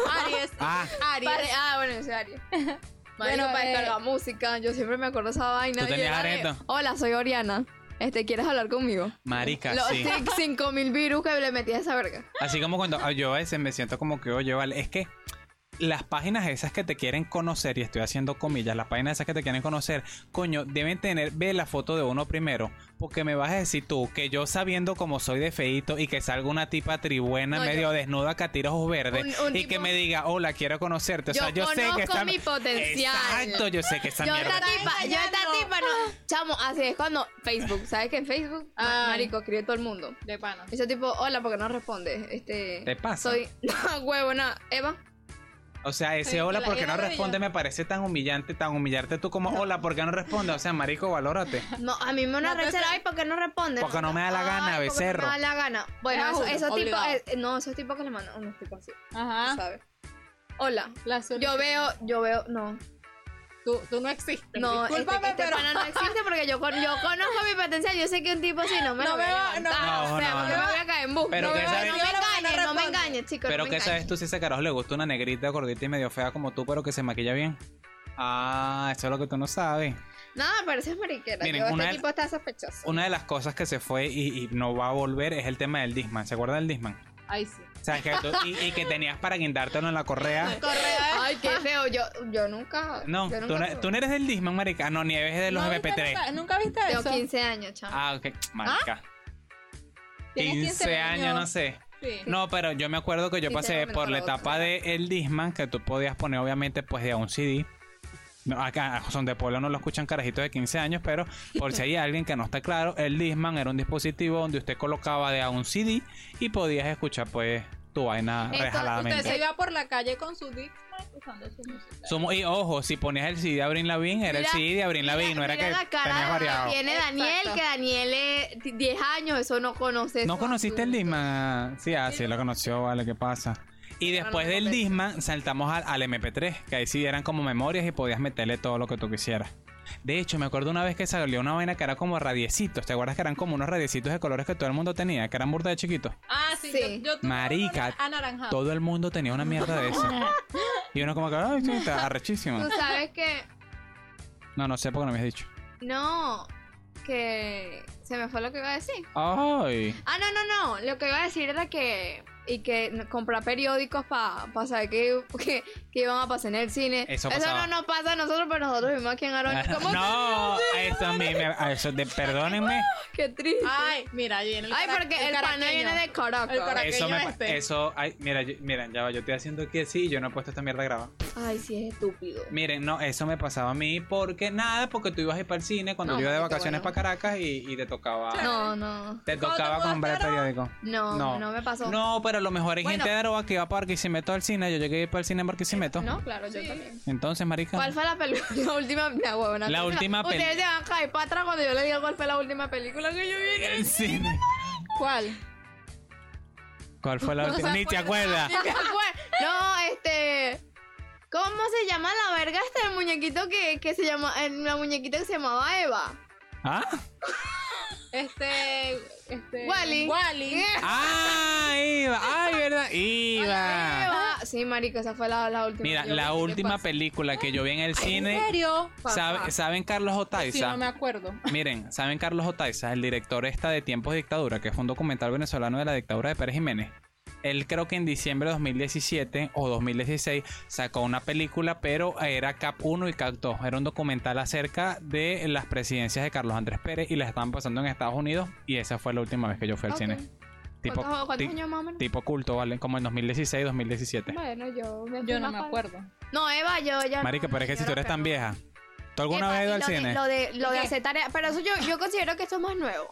Speaker 3: Aries.
Speaker 4: Ah,
Speaker 3: Aries.
Speaker 2: Pare- ah, bueno, yo soy Aries. Bueno,
Speaker 3: Bueno,
Speaker 2: para
Speaker 3: eh,
Speaker 2: descargar música, yo siempre me acuerdo esa vaina.
Speaker 4: ¿Tú tenías
Speaker 2: Y era de,
Speaker 4: areto?
Speaker 2: Hola, soy Oriana. Este, ¿quieres hablar conmigo?
Speaker 4: marica,
Speaker 2: Los
Speaker 4: sí.
Speaker 2: 5000 virus que le metí a esa verga.
Speaker 4: Así como cuando ah, yo a veces me siento como que, oye, vale, es que las páginas esas que te quieren conocer, y estoy haciendo comillas, las páginas esas que te quieren conocer, coño, deben tener, ve la foto de uno primero, porque me vas a decir tú que yo sabiendo como soy de feito y que salga una tipa tribuena,
Speaker 2: No, yo-
Speaker 4: medio desnuda, que a tiros verdes,
Speaker 2: Un- un
Speaker 4: y
Speaker 2: tipo-
Speaker 4: que me diga, hola, quiero conocerte. O sea,
Speaker 2: yo
Speaker 4: yo, sé
Speaker 2: conozco
Speaker 4: que está...
Speaker 2: mi potencial.
Speaker 4: Exacto, yo sé que esa
Speaker 2: Yo
Speaker 4: mierda...
Speaker 2: esta tipa, yo esta
Speaker 3: engañando.
Speaker 2: tipa no. Chamo, así es cuando Facebook, ¿sabes que en Facebook? ma-
Speaker 3: Ay.
Speaker 2: Marico, escribe todo el mundo.
Speaker 3: De pana.
Speaker 2: Ese tipo, hola, porque no responde. Este.
Speaker 4: ¿Te pasa?
Speaker 2: Soy. No, huevo, nada. Eva.
Speaker 4: O sea, ese
Speaker 3: Sí,
Speaker 4: hola,
Speaker 3: la-
Speaker 4: porque
Speaker 3: era
Speaker 4: no
Speaker 3: bella.
Speaker 4: responde? Me parece tan humillante, tan humillarte tú como, hola, porque no responde? O sea, marico, valórate.
Speaker 2: No, a mí me una
Speaker 3: No te
Speaker 2: rechera,
Speaker 3: sé.
Speaker 2: ay, ¿por qué no responde?
Speaker 4: Porque no me da la gana,
Speaker 2: Ay, porque
Speaker 4: becerro.
Speaker 2: No me da la gana. Bueno,
Speaker 3: Era
Speaker 2: eso-
Speaker 3: uno,
Speaker 2: esos tipos,
Speaker 3: obligado.
Speaker 2: eh, no, esos tipos que le mandan unos tipos así,
Speaker 3: Ajá.
Speaker 2: ¿sabes? Hola,
Speaker 3: La solución.
Speaker 2: yo veo, yo veo, no,
Speaker 3: Tú, tú no existes.
Speaker 2: no, este,
Speaker 3: Discúlpame,
Speaker 2: este
Speaker 3: pero.
Speaker 2: pana no existe porque yo, con- yo conozco mi potencial, yo sé que un tipo así no me
Speaker 3: No
Speaker 2: lo voy
Speaker 3: veo,
Speaker 2: a levantar,
Speaker 4: no.
Speaker 2: o sea,
Speaker 4: No,
Speaker 2: porque
Speaker 4: no,
Speaker 2: me
Speaker 4: no.
Speaker 2: voy a caer en bus.
Speaker 4: Ah. Pero
Speaker 2: no,
Speaker 4: que
Speaker 2: me-
Speaker 4: sabes-
Speaker 2: no me
Speaker 3: Yo no me
Speaker 2: engañes, no me
Speaker 3: respondo.
Speaker 2: engañes, chicos, no
Speaker 4: Pero
Speaker 2: me
Speaker 4: que sabes
Speaker 2: engañes.
Speaker 4: tú si ese carajo le gusta una negrita, gordita y medio fea como tú, pero que se maquilla bien. Ah, eso es lo que tú no sabes.
Speaker 2: No, pero eso es mariquera,
Speaker 4: Miren,
Speaker 2: yo,
Speaker 4: una-
Speaker 2: este tipo está sospechoso.
Speaker 4: Una de las cosas que se fue y, y no va a volver es el tema del Disman. ¿Se acuerdan del Disman?
Speaker 3: Ay, sí.
Speaker 4: O sea, que tú- y, y que tenías para guindártelo en la correa.
Speaker 2: Ay, qué feo, yo, yo nunca,
Speaker 4: No,
Speaker 2: Ah. yo
Speaker 4: tú,
Speaker 2: nunca
Speaker 4: no- tú no eres del Disman, marica. Ah, No, Nieves es de los
Speaker 3: ¿No viste
Speaker 4: MP3.
Speaker 3: nunca- ¿Nunca viste
Speaker 2: tengo
Speaker 3: eso?
Speaker 2: 15 años, chamo.
Speaker 4: Ah, ok. Marica.
Speaker 3: Tienes
Speaker 4: 15,
Speaker 3: 15
Speaker 4: años,
Speaker 3: años.
Speaker 4: no sé.
Speaker 3: Sí.
Speaker 4: No, pero yo me acuerdo que yo
Speaker 2: Sí,
Speaker 4: pasé
Speaker 2: tenemos
Speaker 4: por la
Speaker 2: menos la
Speaker 4: etapa de el Disman, que tú podías poner obviamente pues de a un CD. No, acá son de pueblo no lo escuchan carajitos de 15 años, pero por si hay alguien que no está claro, el Disman era un dispositivo donde usted colocaba de a un CD y podías escuchar pues tu vaina
Speaker 3: Entonces, usted se
Speaker 4: rejaladamente.
Speaker 3: iba por la calle con su Dixman usando su música.
Speaker 4: Somos, y ojo, si ponías el CD de Abril Lavigne, era
Speaker 2: Mira,
Speaker 4: el CD de Abril Lavigne, no era que
Speaker 2: Mira la cara
Speaker 4: tenías
Speaker 2: de-
Speaker 4: variado.
Speaker 2: Tiene
Speaker 3: Exacto.
Speaker 2: Daniel, que Daniel es t- 10 años, eso no conoce.
Speaker 4: ¿No
Speaker 2: eso
Speaker 4: conociste el
Speaker 2: absoluto.
Speaker 4: Disman? Sí, ah, sí, lo conoció, vale, ¿qué pasa? Y
Speaker 2: Ahora
Speaker 4: después
Speaker 2: no
Speaker 4: del
Speaker 2: convence.
Speaker 4: Disman saltamos al, al MP3, que ahí sí eran como memorias y podías meterle todo lo que tú quisieras. De hecho, me acuerdo una vez que salió una vaina que era como radiecitos. ¿Te acuerdas que eran como unos radiecitos de colores que todo el mundo tenía? Que eran burda de chiquitos.
Speaker 3: Ah, sí.
Speaker 2: Sí.
Speaker 3: Yo, yo tuve
Speaker 4: Marica,
Speaker 3: uno Anaranjado.
Speaker 4: Todo el mundo tenía una mierda de esa. Y uno como que, ay, sí, está arrechísimo.
Speaker 2: Tú sabes que.
Speaker 4: No, no sé por qué no me has dicho.
Speaker 2: No, que. Se me fue lo que iba a decir.
Speaker 4: Ay.
Speaker 2: Ah, no, no, no. Lo que iba a decir era que. Y que n- comprar periódicos para saber qué que, que iban a pasar en el cine.
Speaker 4: Eso
Speaker 2: no
Speaker 4: pasaba. Ah,
Speaker 2: nos pasa a nosotros, pero nosotros vivimos aquí en Arona. ¿Cómo
Speaker 4: No, eso a mí me... a Eso, de, perdónenme.
Speaker 2: que- Qué triste.
Speaker 3: Ay, mira, ahí viene Ah, el
Speaker 2: Ay,
Speaker 3: cara-
Speaker 2: porque el, pan
Speaker 3: caraqueño.
Speaker 2: viene de
Speaker 3: El
Speaker 2: Caracas.
Speaker 3: caraqueño.
Speaker 4: Eso me pa-
Speaker 3: este.
Speaker 4: eso ay, mira, yo- mira, ya va, yo estoy haciendo aquí así y yo no he puesto esta mierda grabada.
Speaker 2: Ay, sí, es estúpido.
Speaker 4: Miren, no, eso me pasaba a mí porque nada, porque tú ibas a ir para el cine cuando
Speaker 2: No,
Speaker 4: yo iba de
Speaker 2: marico,
Speaker 4: vacaciones
Speaker 2: bueno.
Speaker 4: para Caracas y, y te tocaba
Speaker 2: No, no.
Speaker 4: te
Speaker 3: ¿Cómo te
Speaker 4: tocaba
Speaker 3: mudaste
Speaker 4: comprar el
Speaker 3: a Aroa?
Speaker 4: periódico.
Speaker 2: No, no,
Speaker 4: No.
Speaker 2: me pasó.
Speaker 4: No, pero a lo mejor hay
Speaker 2: Bueno.
Speaker 4: gente de Aroa que iba para Barquisimeto al cine, yo llegué a ir para el cine en Barquisimeto.
Speaker 2: No, claro, yo
Speaker 3: Sí.
Speaker 2: también.
Speaker 4: Entonces, marica,
Speaker 2: ¿Cuál fue la película? La última. La, huevona.
Speaker 4: La última peli-
Speaker 2: Ustedes se van a caer para atrás cuando yo les diga cuál fue la última película que yo vi.
Speaker 4: el cine.
Speaker 3: ¿Cuál?
Speaker 4: ¿Cuál fue la
Speaker 3: No se
Speaker 4: última? Ni te
Speaker 3: acuerda.
Speaker 4: acuerdas.
Speaker 2: no, este. ¿Cómo se llama la verga este muñequito que, que se llama. eh, La muñequita que se llamaba Eva?
Speaker 4: ¿Ah?
Speaker 3: Este. este
Speaker 2: Wall-E.
Speaker 3: Eh, Wally.
Speaker 2: Eh,
Speaker 4: Ah, Ay, ay, verdad. la iba.
Speaker 2: Ah, Sí, marico, esa fue la, la última.
Speaker 4: Mira,
Speaker 2: Yo
Speaker 4: la
Speaker 2: pensé, ¿qué
Speaker 4: última
Speaker 2: pasa?
Speaker 4: película que yo vi en el
Speaker 3: ¿En
Speaker 4: cine.
Speaker 3: serio?
Speaker 4: ¿sabe-
Speaker 2: Papá.
Speaker 4: ¿Saben
Speaker 3: Si
Speaker 4: Carlos
Speaker 3: no me
Speaker 4: Otaiza?
Speaker 3: acuerdo.
Speaker 4: Miren, ¿saben Carlos Otaiza? El director esta de Tiempos de Dictadura, que fue un documental venezolano de la dictadura de Pérez Jiménez. Él creo que en diciembre de 2017 o 2016 sacó una película, pero era Cap 1 y Cap 2. Era un documental acerca de las presidencias de Carlos Andrés Pérez y las estaban pasando en Estados Unidos. Y esa fue la última vez que yo fui al
Speaker 2: Ok.
Speaker 4: cine. Tipo,
Speaker 2: ¿Cuántos, cuántos
Speaker 4: ti-
Speaker 2: años más o menos?
Speaker 4: tipo culto, ¿vale? Como en 2016, 2017.
Speaker 2: Bueno, yo me fui
Speaker 3: Yo no
Speaker 2: más
Speaker 3: me
Speaker 2: para-
Speaker 3: acuerdo.
Speaker 2: No, Eva, yo ya.
Speaker 4: Marica,
Speaker 2: no-
Speaker 4: pero es que
Speaker 2: yo
Speaker 4: si tú
Speaker 2: no
Speaker 4: eres tan
Speaker 2: recuerdo.
Speaker 4: vieja. ¿Tú alguna
Speaker 2: Epa,
Speaker 4: vez has
Speaker 2: y
Speaker 4: ido al
Speaker 2: lo de-
Speaker 4: cine?
Speaker 2: lo de, lo de
Speaker 3: ¿Qué?
Speaker 2: hacer tarea, pero eso yo, yo considero que esto es más nuevo.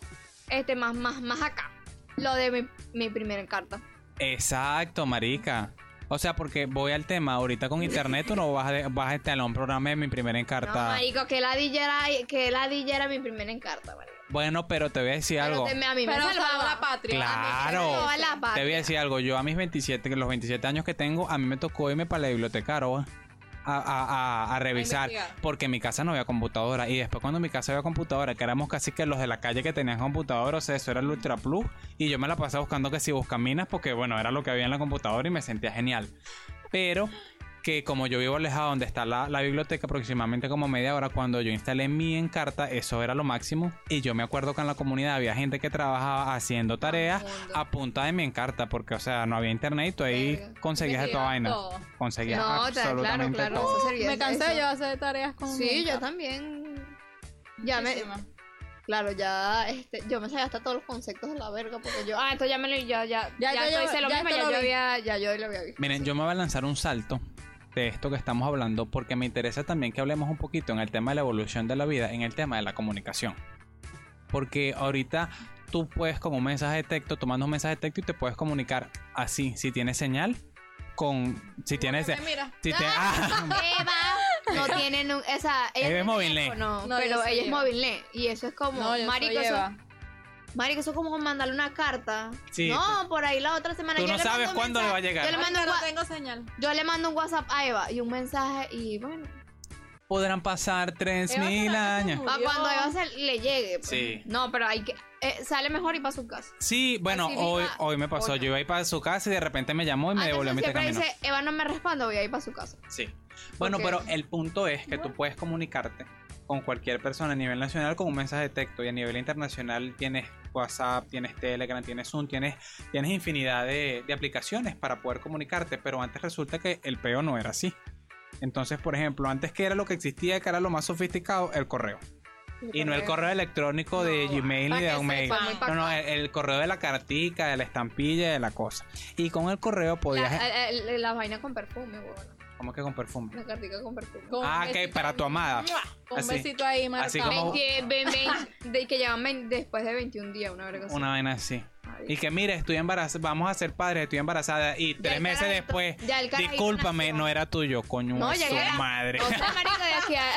Speaker 2: Este, más, más, más acá. Lo de mi, mi primera encarta.
Speaker 4: Exacto, marica. O sea, porque voy al tema, ahorita con internet tú no vas a, vas este, a instalar un programa de mi primera
Speaker 2: No,
Speaker 4: encarta.
Speaker 2: marico, que la DJ era, que la DJ era mi primera encarta, marico.
Speaker 4: bueno, pero te voy a decir
Speaker 2: Pero
Speaker 4: algo.
Speaker 2: te- me- a mí me
Speaker 3: Pero
Speaker 2: salvaba.
Speaker 3: salvo la patria.
Speaker 4: Claro.
Speaker 2: Me salvaba la
Speaker 4: Te voy a
Speaker 2: patria.
Speaker 4: decir algo. Yo a mis 27, que los 27 años que tengo, a mí me tocó irme para la biblioteca Aroa a, a- a- a revisar.
Speaker 3: investigar.
Speaker 4: Porque en mi casa no había computadora. Y después cuando en mi casa había computadora, que éramos casi que los de la calle que tenían computadora, o sea, eso era el Ultra Plus. Y yo me la pasaba buscando que si buscaminas, porque bueno, era lo que había en la computadora y me sentía genial. Pero que como yo vivo alejado donde está la, la biblioteca, aproximadamente como media hora, cuando yo instalé mi encarta, eso era lo máximo. Y yo me acuerdo que en la comunidad había gente que trabajaba haciendo tareas
Speaker 2: mundo.
Speaker 4: a punta de mi encarta, porque, o sea, no había internet y tú ahí
Speaker 2: Verga.
Speaker 4: conseguías de toda
Speaker 3: Investigaba
Speaker 4: vaina.
Speaker 3: todo.
Speaker 4: Conseguías
Speaker 2: No, te- claro,
Speaker 4: absolutamente
Speaker 2: claro.
Speaker 4: todo.
Speaker 2: eso servía-
Speaker 3: Me cansé
Speaker 2: eso.
Speaker 3: yo de hacer tareas con
Speaker 2: Sí,
Speaker 3: mi
Speaker 2: yo
Speaker 3: cara.
Speaker 2: también. Ya me,
Speaker 3: Muchísimas.
Speaker 2: claro, ya, este, yo me sabía hasta todos los conceptos de la verga, porque yo, ah, esto ya me lo, ya, ya,
Speaker 3: Ya,
Speaker 2: ya,
Speaker 3: ya,
Speaker 2: yo
Speaker 3: ya,
Speaker 2: hice lo
Speaker 3: ya
Speaker 2: mismo,
Speaker 3: esto
Speaker 2: ya
Speaker 3: lo
Speaker 2: yo
Speaker 3: vi.
Speaker 2: había, ya yo lo había visto.
Speaker 4: Miren, yo me voy a lanzar un salto de esto que estamos hablando porque me interesa también que hablemos un poquito en el tema de la evolución de la vida, en el tema de la comunicación. Porque ahorita tú puedes con un mensaje de texto, tomando un mensaje de texto y te puedes comunicar así, si tienes señal, con... Si tienes...
Speaker 3: Porque Mira.
Speaker 4: Si te, ah,
Speaker 2: Eva no tiene nu- esa
Speaker 4: Ella
Speaker 2: tiene
Speaker 4: es móvil, ¿eh?
Speaker 2: teléfono,
Speaker 3: No, yo
Speaker 2: pero
Speaker 3: soy
Speaker 2: ella es
Speaker 3: Eva.
Speaker 2: móvil ¿eh? y eso es como
Speaker 3: No, yo
Speaker 2: marico,
Speaker 3: soy
Speaker 2: eso,
Speaker 3: Eva.
Speaker 2: marico, eso es como mandarle una carta.
Speaker 4: Sí.
Speaker 2: No, por ahí la otra semana
Speaker 4: Tú
Speaker 2: yo
Speaker 4: no
Speaker 2: le
Speaker 4: sabes
Speaker 2: mando un
Speaker 4: cuándo le va a llegar.
Speaker 2: Yo le, mando un
Speaker 3: Ahorita no
Speaker 2: wa-
Speaker 3: tengo señal.
Speaker 2: yo le mando un WhatsApp a Eva y un mensaje y bueno,
Speaker 4: podrán pasar 3.000
Speaker 3: Eva,
Speaker 4: años.
Speaker 3: Dios.
Speaker 2: pa' cuando Eva se le llegue. pues.
Speaker 4: Sí.
Speaker 2: No, pero hay que eh, sale mejor y para su casa.
Speaker 4: Sí, bueno,
Speaker 2: Así
Speaker 4: hoy,
Speaker 2: diga,
Speaker 4: hoy me pasó.
Speaker 2: coño.
Speaker 4: Yo iba a ir para su casa y de repente me llamó y me
Speaker 2: Ah,
Speaker 4: devolvió
Speaker 2: entonces
Speaker 4: mi
Speaker 2: siempre
Speaker 4: camino.
Speaker 2: dice, Eva no me responde, voy a ir para su casa.
Speaker 4: Sí. Bueno,
Speaker 2: Ok.
Speaker 4: pero el punto es que tú puedes comunicarte con cualquier persona a nivel nacional con un mensaje de texto y a nivel internacional tienes WhatsApp, tienes Telegram, tienes Zoom, tienes, tienes infinidad de, de aplicaciones para poder comunicarte, pero antes resulta que el peo no era así. Entonces, por ejemplo, antes que era lo que existía, que era lo más sofisticado, el correo. Y no el correo electrónico de
Speaker 2: No, vale.
Speaker 4: Gmail ni
Speaker 2: Pa'
Speaker 4: de
Speaker 2: que
Speaker 4: Gmail.
Speaker 2: sepa, muy pa'
Speaker 4: No, no, el, el correo de la cartica, de la estampilla, de la cosa. Y con el correo podías...
Speaker 2: La, eh, el- el- la vaina con perfume, huevona.
Speaker 4: ¿Cómo que con perfume?
Speaker 2: La cartica con perfume.
Speaker 3: Con
Speaker 4: ah,
Speaker 3: un
Speaker 4: que
Speaker 3: besito.
Speaker 4: para tu amada.
Speaker 3: Un
Speaker 4: Así.
Speaker 3: besito ahí, marcado.
Speaker 4: Así como-
Speaker 2: Veinti- ve- ve- de que llevan vein- después de 21 días, una verga así.
Speaker 4: Una vaina así.
Speaker 2: Ay.
Speaker 4: Y que mire, estoy embarazada, vamos a ser padres, estoy embarazada. Y
Speaker 2: Ya
Speaker 4: tres
Speaker 2: el
Speaker 4: meses
Speaker 2: carajito-
Speaker 4: después,
Speaker 2: ya el carajito
Speaker 4: discúlpame,
Speaker 2: nació.
Speaker 4: no era tuyo, coño.
Speaker 2: No,
Speaker 4: es
Speaker 2: ya
Speaker 4: su
Speaker 2: era-
Speaker 4: madre.
Speaker 2: O sea, marico, de aquí a...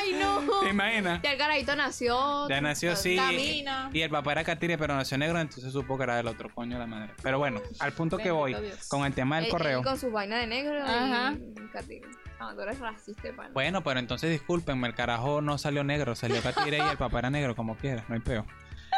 Speaker 2: ¡Ay, no!
Speaker 4: ¿Te imaginas?
Speaker 2: Ya el carajito nació.
Speaker 4: Ya nació, sí.
Speaker 3: Camina.
Speaker 4: Y el papá era catire, pero nació negro, entonces supo que era del otro coño de la madre. Pero bueno, al punto que voy,
Speaker 3: Bendito Dios.
Speaker 4: con el tema del
Speaker 2: Él-
Speaker 4: correo.
Speaker 2: él Eh, con su vaina de negro.
Speaker 3: Ajá.
Speaker 2: Ajá. Y... Cati- Ah, tú eres racista, pana.
Speaker 4: Bueno, pero entonces discúlpenme, el carajo no salió negro, salió catire y el papá era negro, como quieras, no hay peo.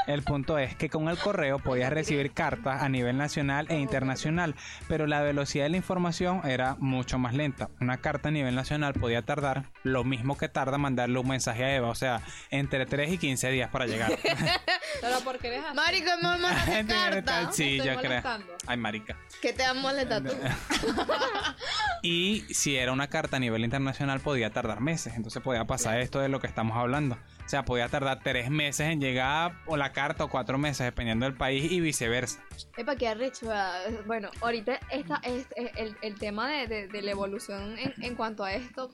Speaker 4: El punto es que con el correo podías recibir cartas a nivel nacional e internacional, pero la velocidad de la información era mucho más lenta. Una carta a nivel nacional podía tardar lo mismo que tarda mandarle un mensaje a Eva, o sea, entre 3 y 15 días para llegar.
Speaker 3: Pero porque eres así.
Speaker 2: Marico, me mandaste carta.
Speaker 4: sí,
Speaker 3: Estoy
Speaker 4: yo creo.
Speaker 3: molestando.
Speaker 4: Ay, marica.
Speaker 2: Que te dan molesta tú.
Speaker 4: Y si era una carta a nivel internacional podía tardar meses, entonces podía pasar esto de lo que estamos hablando. O sea, podía tardar tres meses en llegar o la carta o cuatro meses, dependiendo del país y viceversa.
Speaker 2: Epa, qué arrecho. ¿verdad? Bueno, ahorita esta, es, es- el, el tema de, de- de la evolución en, en cuanto a esto,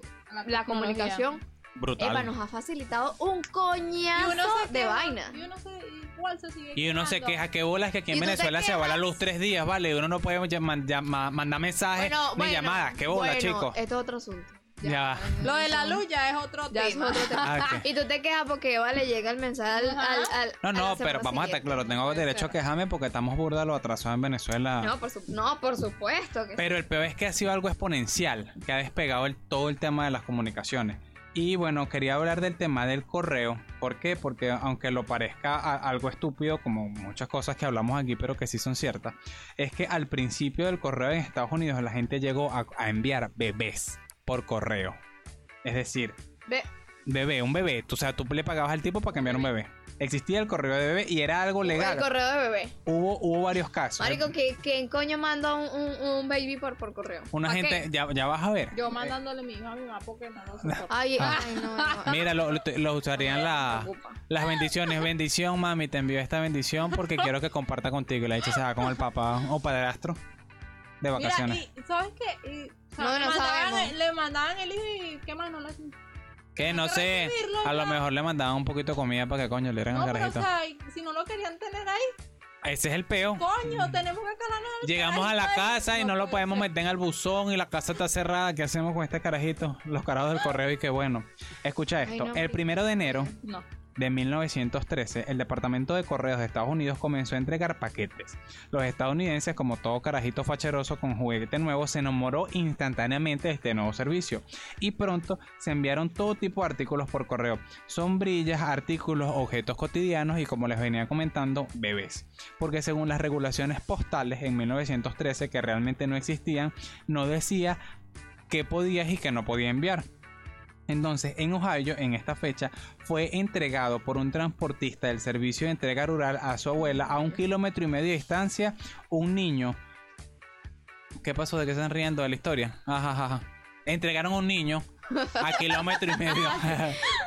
Speaker 2: la comunicación,
Speaker 4: Brutal.
Speaker 2: Epa, nos ha facilitado un coñazo
Speaker 3: Y uno se
Speaker 2: de
Speaker 3: queja,
Speaker 2: vaina.
Speaker 3: Y uno se, igual se sigue
Speaker 4: Y uno se
Speaker 3: quejando.
Speaker 4: queja que bolas que aquí en
Speaker 2: ¿Y tú te
Speaker 4: Venezuela se va la
Speaker 2: quejas?
Speaker 4: luz tres días, ¿vale? Y uno no puede llam- llama- mandar mensajes ni llamadas. ¿Qué bola,
Speaker 2: bueno,
Speaker 4: chicos?
Speaker 2: Esto es otro asunto.
Speaker 4: Ya.
Speaker 3: Lo de la luz ya es otro
Speaker 2: Ya es
Speaker 3: tema.
Speaker 2: otro tema.
Speaker 4: Ah, ok.
Speaker 2: Y tú te quejas porque Eva le llega el mensaje al.
Speaker 3: Ajá.
Speaker 2: al, al-
Speaker 4: No,
Speaker 2: a la semana
Speaker 4: no, pero vamos a estar
Speaker 2: siguiente.
Speaker 4: claros. Tengo
Speaker 3: puede
Speaker 4: derecho a
Speaker 3: ser.
Speaker 4: quejarme porque estamos burda lo atrasados en Venezuela.
Speaker 2: No, por, su- no, por supuesto que sí.
Speaker 4: Pero el peor es que ha sido algo exponencial, que ha despegado el, todo el tema de las comunicaciones. Y bueno, quería hablar del tema del correo. ¿Por qué? Porque aunque lo parezca a- algo estúpido, como muchas cosas que hablamos aquí, pero que sí son ciertas, es que al principio del correo en Estados Unidos la gente llegó a, a enviar bebés por correo. Es decir,
Speaker 2: Ve,
Speaker 4: bebé, un bebé. O sea, tú le pagabas al tipo para cambiar un bebé. Existía el correo de bebé y era algo
Speaker 2: el
Speaker 4: legal.
Speaker 2: correo de bebé.
Speaker 4: Hubo, hubo varios casos.
Speaker 2: Marico, ¿qué- ¿quién coño manda un, un- un baby por, por correo?
Speaker 4: Una
Speaker 3: ¿pa'
Speaker 4: gente,
Speaker 3: qué?
Speaker 4: ya, ya vas a ver.
Speaker 3: Yo mandándole mi hijo a mi mamá porque no lo soporto.
Speaker 2: Ay,
Speaker 4: Ah.
Speaker 2: ay, no, no.
Speaker 4: Eh, Mira, lo, lo- lo usarían la-
Speaker 2: preocupa.
Speaker 4: las bendiciones. Bendición, mami, te envío esta bendición porque quiero que comparta contigo. Y la hecha se va con el papá o padrastro de
Speaker 3: Mira,
Speaker 4: vacaciones.
Speaker 3: y ¿sabes qué? Y, o sea,
Speaker 2: No, no
Speaker 3: mandaban
Speaker 2: sabemos.
Speaker 3: el- le mandaban el hijo y qué más no lo hacían.
Speaker 4: que no
Speaker 3: hay que
Speaker 4: sé,
Speaker 3: recibirlo
Speaker 4: a lo
Speaker 3: ya.
Speaker 4: mejor le mandaban un poquito de comida para que coño le dieran
Speaker 3: No,
Speaker 4: el
Speaker 3: pero o
Speaker 4: carajito.
Speaker 3: sea, si no lo querían tener ahí,
Speaker 4: Ese es el peo.
Speaker 3: coño, tenemos que calarnos. al
Speaker 4: Llegamos a la
Speaker 3: carajito ahí.
Speaker 4: casa y no lo
Speaker 3: puede
Speaker 4: podemos
Speaker 3: ser.
Speaker 4: meter en el buzón y la casa está cerrada. ¿Qué hacemos con este carajito? Los carajos del correo y qué bueno. Escucha
Speaker 2: Ay, no,
Speaker 4: esto. el
Speaker 2: marico.
Speaker 4: primero de enero
Speaker 3: No.
Speaker 4: de 1913, el Departamento de Correos de Estados Unidos comenzó a entregar paquetes. Los estadounidenses, como todo carajito facheroso con juguete nuevo, se enamoró instantáneamente de este nuevo servicio. Y pronto se enviaron todo tipo de artículos por correo. Sombrillas, artículos, objetos cotidianos y como les venía comentando, bebés. Porque según las regulaciones postales en 1913, que realmente no existían, no decía qué podías y qué no podías enviar. Entonces, en Ohio, en esta fecha, fue entregado por un transportista del servicio de entrega rural a su abuela a un kilómetro y medio de distancia un niño. ¿Qué pasó? ¿De qué se están riendo de la historia? Ajá, ajá, ajá. Entregaron a un niño a kilómetro y medio.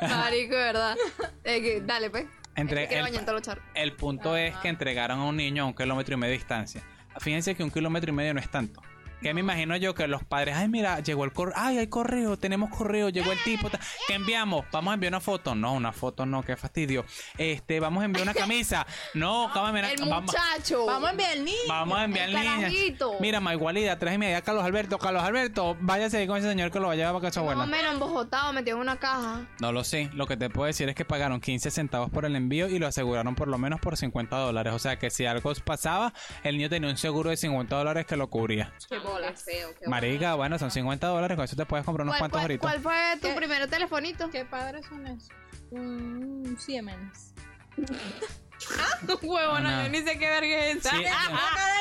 Speaker 2: Marico, de verdad. Eh, que- dale, pues.
Speaker 4: Entre-
Speaker 2: Es que quiero
Speaker 4: el-
Speaker 2: bañar todos los charcos.
Speaker 4: el punto es que entregaron a un niño a un kilómetro y medio de distancia. Fíjense que un kilómetro y medio no es tanto. Que me imagino yo que los padres, ay, mira, llegó el correo, ay, hay correo, tenemos correo, llegó el tipo, ta- ¿qué enviamos? Vamos a enviar una foto. No, una foto no, qué fastidio. Este, vamos a enviar una camisa. No, cámara, mira,
Speaker 2: El
Speaker 4: vamos,
Speaker 2: muchacho.
Speaker 3: Vamos a enviar el niño.
Speaker 4: vamos a enviar
Speaker 2: el
Speaker 4: niñas.
Speaker 2: carajito.
Speaker 4: Mira, Maigualida, tráeme allá a Carlos Alberto. Carlos Alberto, váyase con ese señor que lo va a llevar para casa
Speaker 2: Más
Speaker 4: abuela.
Speaker 2: o menos embojotado, metido en una caja.
Speaker 4: No lo sé, lo que te puedo decir es que pagaron 15 centavos por el envío y lo aseguraron por lo menos por 50 dólares. O sea que si algo pasaba, el niño tenía un seguro de 50 dólares que lo cubría.
Speaker 2: Qué bolas. feo, qué
Speaker 4: Marica, bueno, son 50 dólares, con eso te puedes comprar unos
Speaker 2: pues. ¿Cuál,
Speaker 4: cuantos
Speaker 2: cuál,
Speaker 4: ahorita.
Speaker 2: cuál fue tu
Speaker 3: ¿Qué?
Speaker 2: primer telefonito?
Speaker 3: Qué padres son esos. Un Siemens.
Speaker 2: Huevona,
Speaker 4: Ah, no.
Speaker 2: yo ni sé qué verga es esa.
Speaker 4: Sí, ah,
Speaker 3: Ah.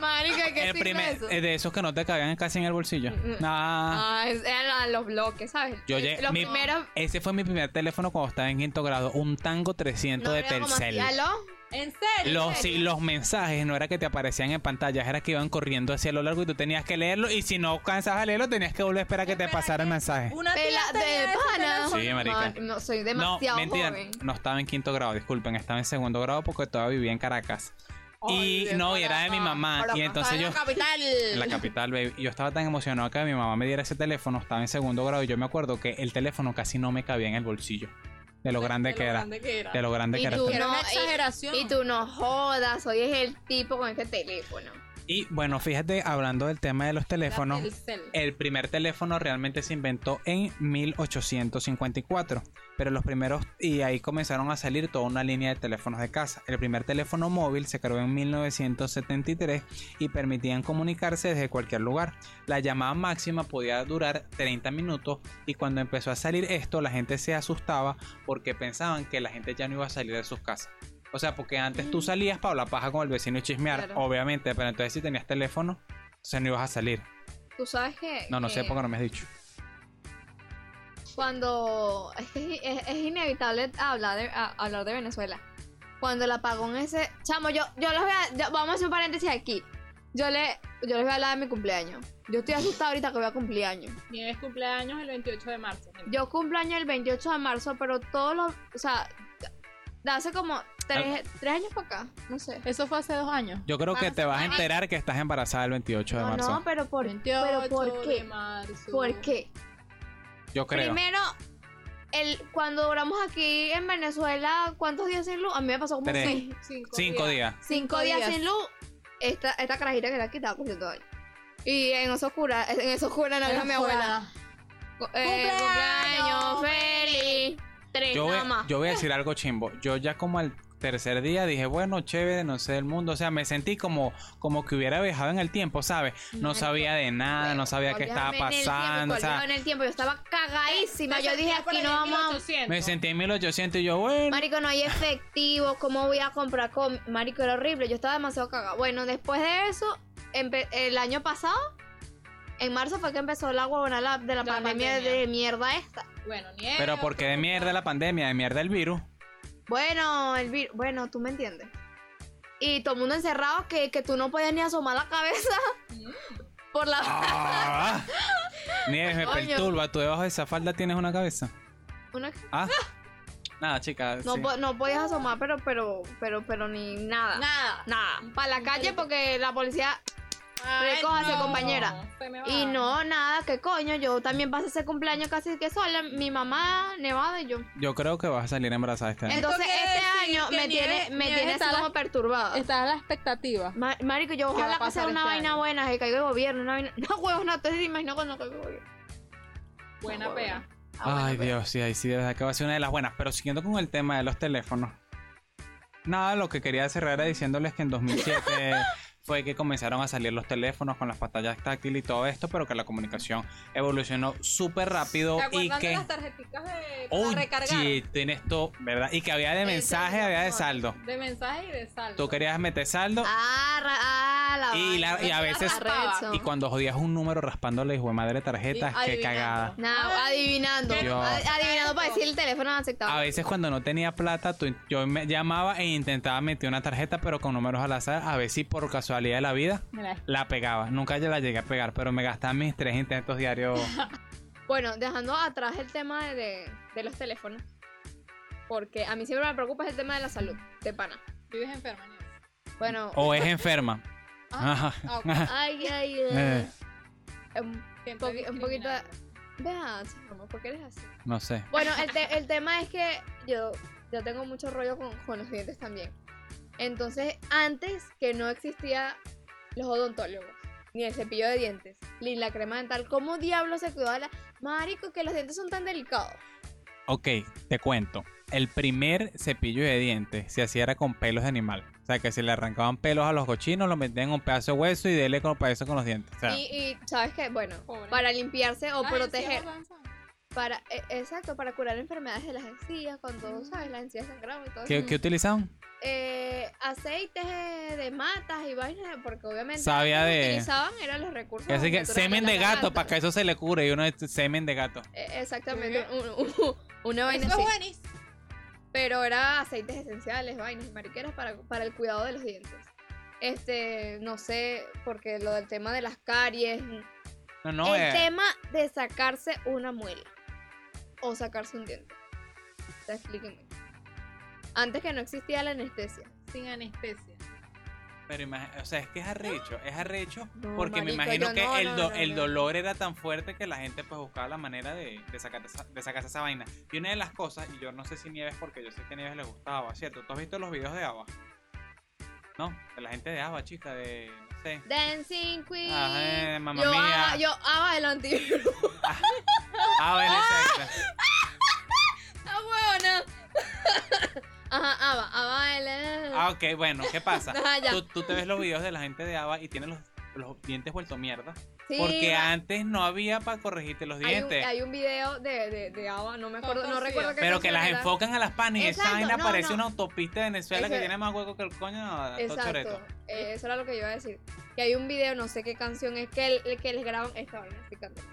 Speaker 2: Marica, ¿qué
Speaker 4: El
Speaker 2: signo
Speaker 4: primer-
Speaker 2: es eso?
Speaker 4: eh, de esos que no te cagan casi en el bolsillo.
Speaker 2: Mm.
Speaker 4: Ah,
Speaker 2: Ah, es- eran la- los bloques, ¿sabes?
Speaker 4: yo
Speaker 2: Eh,
Speaker 4: lle-
Speaker 2: Los
Speaker 4: mi-
Speaker 2: primeros...
Speaker 4: Ese fue mi primer teléfono cuando estaba en quinto grado, un Tango 300
Speaker 2: no
Speaker 4: de
Speaker 2: era como
Speaker 4: Telcel.
Speaker 2: así, ¿aló?
Speaker 3: ¿En serio?
Speaker 4: Los, sí, los mensajes no era que te aparecían en pantalla, era que iban corriendo hacia lo largo y tú tenías que leerlo y si no cansabas de leerlo tenías que volver a esperar a que te
Speaker 3: Espera
Speaker 4: pasara el
Speaker 3: que
Speaker 4: mensaje.
Speaker 3: Una tía
Speaker 2: Pela
Speaker 3: tenía
Speaker 2: de
Speaker 3: ese
Speaker 2: pana.
Speaker 4: Sí, marica.
Speaker 2: Man, No, soy demasiado
Speaker 4: no, mentira,
Speaker 2: joven.
Speaker 4: no estaba en quinto grado, disculpen, estaba en segundo grado porque todavía vivía en Caracas. y no, y era de mi mamá. Y entonces yo...
Speaker 2: capital.
Speaker 4: En la capital, baby. Y yo estaba tan emocionado que mi mamá me diera ese teléfono, estaba en segundo grado y yo me acuerdo que el teléfono casi no me cabía en el bolsillo. De lo grande que era. De lo grande
Speaker 2: Y
Speaker 4: que era.
Speaker 2: tú,
Speaker 4: este
Speaker 3: Era una
Speaker 2: No, y-
Speaker 3: exageración.
Speaker 2: Y tú no jodas, hoy es el tipo con este teléfono.
Speaker 4: Y bueno, fíjate, hablando del tema de los teléfonos, el primer teléfono realmente se inventó en 1854, pero los primeros y ahí comenzaron a salir toda una línea de teléfonos de casa. El primer teléfono móvil se creó en 1973 y permitían comunicarse desde cualquier lugar. La llamada máxima podía durar 30 minutos y cuando empezó a salir esto la gente se asustaba porque pensaban que la gente ya no iba a salir de sus casas. O sea, porque antes tú salías para la paja con el vecino y chismear,
Speaker 2: Claro.
Speaker 4: obviamente, pero entonces si tenías teléfono, entonces no ibas a salir.
Speaker 2: Tú sabes que.
Speaker 4: No, no
Speaker 2: que
Speaker 4: sé por qué no me has dicho.
Speaker 2: Cuando. Es que es, es inevitable hablar de, a- hablar de Venezuela. Cuando el apagón ese. Chamo, yo, yo los voy a. yo- vamos a hacer un paréntesis aquí. Yo, le, yo les voy a hablar de mi cumpleaños. Yo estoy asustada ahorita que voy a cumpleaños.
Speaker 3: Nieves cumpleaños el 28 de marzo.
Speaker 2: Yo cumpleaños el 28 de marzo, pero todos los. O sea, de hace como tres, tres años para acá. No sé.
Speaker 3: Eso fue hace dos años.
Speaker 4: Yo creo que
Speaker 3: Marzo,
Speaker 4: te vas a
Speaker 3: marzo.
Speaker 4: enterar que estás embarazada el 28 de
Speaker 2: No,
Speaker 4: marzo.
Speaker 2: no, pero por,
Speaker 3: 28
Speaker 2: pero ¿por
Speaker 3: de
Speaker 2: qué?
Speaker 3: marzo.
Speaker 2: ¿Por qué?
Speaker 4: Yo creo.
Speaker 2: Primero, el, cuando duramos aquí en Venezuela, ¿cuántos días sin luz? A mí me pasó como
Speaker 4: Tres.
Speaker 2: seis-
Speaker 3: Cinco,
Speaker 4: Cinco días.
Speaker 2: cinco días sin luz. Esta, esta carajita que era quitada cumpliendo años. Y en eso oscura, en eso oscura nació mi abuela. Cu- eh,
Speaker 3: ¡Cumpleaños
Speaker 2: cumpleaños feliz. Tres
Speaker 4: Yo voy,
Speaker 2: Eh, nada más.
Speaker 4: yo voy a decir algo chimbo. Yo ya como al tercer día dije, bueno, chévere, no sé del mundo. O sea, me sentí como, como que hubiera viajado en el tiempo, ¿sabes? No
Speaker 2: Marico,
Speaker 4: sabía de nada, ah, no
Speaker 2: Bueno,
Speaker 4: sabía qué
Speaker 2: volví a
Speaker 4: estaba
Speaker 2: ver en el tiempo,
Speaker 4: pasando. o
Speaker 2: volví a
Speaker 4: sea,
Speaker 2: ver en el tiempo, yo estaba cagadísima.
Speaker 3: Te
Speaker 2: Yo dije,
Speaker 3: sentías por
Speaker 2: aquí
Speaker 3: ahí
Speaker 2: no
Speaker 3: en
Speaker 2: vamos a
Speaker 3: 1800.
Speaker 4: me sentí en 1800 y yo, bueno.
Speaker 2: Marico, no hay efectivo, ¿cómo voy a comprar com Marico, era horrible, yo estaba demasiado cagada. Bueno, después de eso, empe- el año pasado, en marzo fue que empezó la huevona la- de
Speaker 3: La
Speaker 2: la, pandemia,
Speaker 3: pandemia.
Speaker 2: de mierda esta.
Speaker 3: Bueno, nieve.
Speaker 4: Pero ¿por qué de mierda la pandemia? De mierda el virus.
Speaker 2: Bueno, el vir- bueno, tú me entiendes. Y todo el mundo encerrado que, que tú no podías ni asomar la cabeza por la...
Speaker 4: Ah. Nieves, me
Speaker 2: Coño.
Speaker 4: perturba. Tú debajo de esa falda tienes una cabeza.
Speaker 2: Una-
Speaker 4: Ah. Nada, chica.
Speaker 2: no,
Speaker 4: sí.
Speaker 2: po- no podías asomar, pero, pero, pero, pero ni nada.
Speaker 3: Nada.
Speaker 2: Nada. Para la calle porque la policía
Speaker 3: Ay,
Speaker 2: Recójase, compañera.
Speaker 3: se me va.
Speaker 2: Y no, nada, qué coño. Yo también pasé ese cumpleaños casi que sola. Mi mamá, nevada y yo.
Speaker 4: Yo creo que vas a salir embarazada este año.
Speaker 3: Esto
Speaker 2: Entonces,
Speaker 3: quiere
Speaker 2: este
Speaker 3: decir
Speaker 2: año
Speaker 3: que
Speaker 2: me tiene,
Speaker 3: Nieves-
Speaker 2: me
Speaker 3: Nieves
Speaker 2: tiene
Speaker 3: está
Speaker 2: así
Speaker 3: la-
Speaker 2: como perturbada.
Speaker 3: Está a la expectativa.
Speaker 2: Ma- Marico, yo
Speaker 3: ¿Qué va a
Speaker 2: ojalá que
Speaker 3: pasar
Speaker 2: sea una
Speaker 3: este
Speaker 2: vaina
Speaker 3: año?
Speaker 2: buena, que caiga el gobierno, una vaina. No, huevos, no, te imagino cuando caiga el gobierno.
Speaker 3: Buena
Speaker 2: No,
Speaker 3: pea.
Speaker 4: Ay, Dios, sí, ahí sí, de verdad que va a ser una de las buenas. Pero siguiendo con el tema de los teléfonos. Nada, lo que quería cerrar era diciéndoles que en 2007 fue que comenzaron a salir los teléfonos con las pantallas táctiles y todo esto, pero que la comunicación evolucionó súper rápido
Speaker 3: ¿Te
Speaker 4: Oh, y
Speaker 3: acuerdas de
Speaker 4: que... Oh,
Speaker 3: las tarjeticas de para recargar?
Speaker 4: Oye, tienes todo, ¿verdad? Y que había de
Speaker 3: El
Speaker 4: mensaje,
Speaker 3: teléfono,
Speaker 4: había de saldo.
Speaker 3: De mensaje y de saldo.
Speaker 4: Tú querías meter saldo
Speaker 2: Ah, ra- ah, la
Speaker 4: y,
Speaker 2: vaina.
Speaker 4: la- y a veces...
Speaker 2: Arrecho.
Speaker 3: Arrecho.
Speaker 4: Y cuando jodías un número raspándole, hijo de madre,
Speaker 3: Y
Speaker 4: tarjetas,
Speaker 3: adivinando.
Speaker 4: qué cagada.
Speaker 2: No,
Speaker 3: Ay,
Speaker 2: adivinando.
Speaker 4: Dios.
Speaker 2: Ad- Adivinando para decir el teléfono
Speaker 4: A
Speaker 2: aceptado.
Speaker 4: veces cuando no tenía plata, tú- yo me llamaba e intentaba meter una tarjeta, pero con números al azar, a ver si por casualidad de la vida
Speaker 3: Mira,
Speaker 4: la pegaba. Nunca yo la llegué a pegar, pero me gastaba mis tres intentos diarios.
Speaker 2: Bueno, dejando atrás el tema de, de los teléfonos. Porque a mí siempre me preocupa es el tema de la salud, de pana.
Speaker 3: vives enferma. Nieves.
Speaker 2: Bueno,
Speaker 4: O es enferma.
Speaker 3: Ah,
Speaker 4: Ajá.
Speaker 3: ah, ok.
Speaker 2: ay, ay,
Speaker 4: Eh,
Speaker 2: ay. Un
Speaker 3: Siempre
Speaker 2: poqui- un poquito de...
Speaker 3: discriminando.
Speaker 2: Vea, chamo, ¿por qué eres así?
Speaker 4: no sé.
Speaker 2: Bueno, el, te- el tema es que yo, yo tengo mucho rollo con, con los dientes también. Entonces, antes que no existía los odontólogos, ni el cepillo de dientes, ni la crema dental, ¿cómo diablos se cuidaba la... Marico, que los dientes son tan delicados.
Speaker 4: Ok, te cuento. El primer cepillo de dientes se hacía era con pelos de animal. O sea, que si le arrancaban pelos a los cochinos, lo metían en un pedazo de hueso y dele con eso con los dientes. O sea,
Speaker 2: Y, y, ¿sabes qué? Bueno,
Speaker 3: Pobre.
Speaker 2: para limpiarse o
Speaker 3: Ay,
Speaker 2: proteger.
Speaker 3: sí, avanza.
Speaker 2: para, e- exacto, para curar enfermedades de las encías, cuando, ¿sabes? Las encías sangraban y todo
Speaker 4: ¿qué,
Speaker 2: eso.
Speaker 4: qué utilizaban?
Speaker 2: eh, aceites eh, de matas y vainas, porque obviamente
Speaker 4: Sabía
Speaker 2: antes
Speaker 4: de-
Speaker 2: utilizaban eran los recursos.
Speaker 4: Así que
Speaker 2: naturales
Speaker 4: semen de
Speaker 2: la
Speaker 4: gato,
Speaker 2: planta.
Speaker 4: para que eso se le cure. Y uno es semen de gato.
Speaker 2: Eh, exactamente, un- un- una vaina
Speaker 3: Eso es
Speaker 2: así.
Speaker 3: buenísimo.
Speaker 2: Pero era aceites esenciales, vainas y mariqueras para, para el cuidado de los dientes. Este, no sé, porque lo del tema de las caries.
Speaker 4: No, no,
Speaker 2: el
Speaker 4: eh,
Speaker 2: tema de sacarse una muela o sacarse un diente. Te explíquenme. Antes que no existía la anestesia.
Speaker 3: Sin anestesia.
Speaker 4: Pero imagi- o sea, es que es arrecho, es arrecho
Speaker 2: No,
Speaker 4: porque me
Speaker 2: marico,
Speaker 4: imagino
Speaker 2: yo
Speaker 4: que
Speaker 2: no,
Speaker 4: el,
Speaker 2: no,
Speaker 4: do-
Speaker 2: no,
Speaker 4: el
Speaker 2: no.
Speaker 4: dolor era tan fuerte que la gente pues buscaba la manera de, de, sacar esa- de sacarse esa vaina. Y una de las cosas, y yo no sé si Nieves, porque yo sé que a Nieves le gustaba, ¿cierto? ¿Tú has visto los videos de Ava? No, de la gente de Ava, chica, de, no sé.
Speaker 2: Dancing Queen.
Speaker 4: Ajá, Ah, eh, mamá
Speaker 2: yo,
Speaker 4: mía.
Speaker 2: Ava- yo Ava el antivirus.
Speaker 4: Ava en el sexo.
Speaker 2: Ah, huevona. Ajá, Ava, Ava el.
Speaker 4: Ah, ok, bueno, ¿qué pasa?
Speaker 2: Ajá, Ah, ya.
Speaker 4: Tú, tú te ves los videos de la gente de Ava y tiene los, los dientes vuelto mierda.
Speaker 2: Sí,
Speaker 4: porque
Speaker 2: va.
Speaker 4: antes no había para corregirte los
Speaker 2: hay un,
Speaker 4: dientes.
Speaker 2: hay un video de, de, de Ava, no me acuerdo, no
Speaker 3: Conocido.
Speaker 2: recuerdo qué
Speaker 4: Pero que
Speaker 2: canción
Speaker 4: las
Speaker 2: era.
Speaker 4: enfocan a las panes y esa
Speaker 2: Exacto,
Speaker 4: vaina
Speaker 2: no,
Speaker 4: parece
Speaker 2: no.
Speaker 4: una autopista de Venezuela que
Speaker 2: Eso-
Speaker 4: tiene más hueco que el coño. No, todo
Speaker 2: Exacto,
Speaker 4: choreto.
Speaker 2: eh, eso era lo que yo iba a decir. Que hay un video, no sé qué canción es, que, el- que les graban esta vaina, estoy cantando.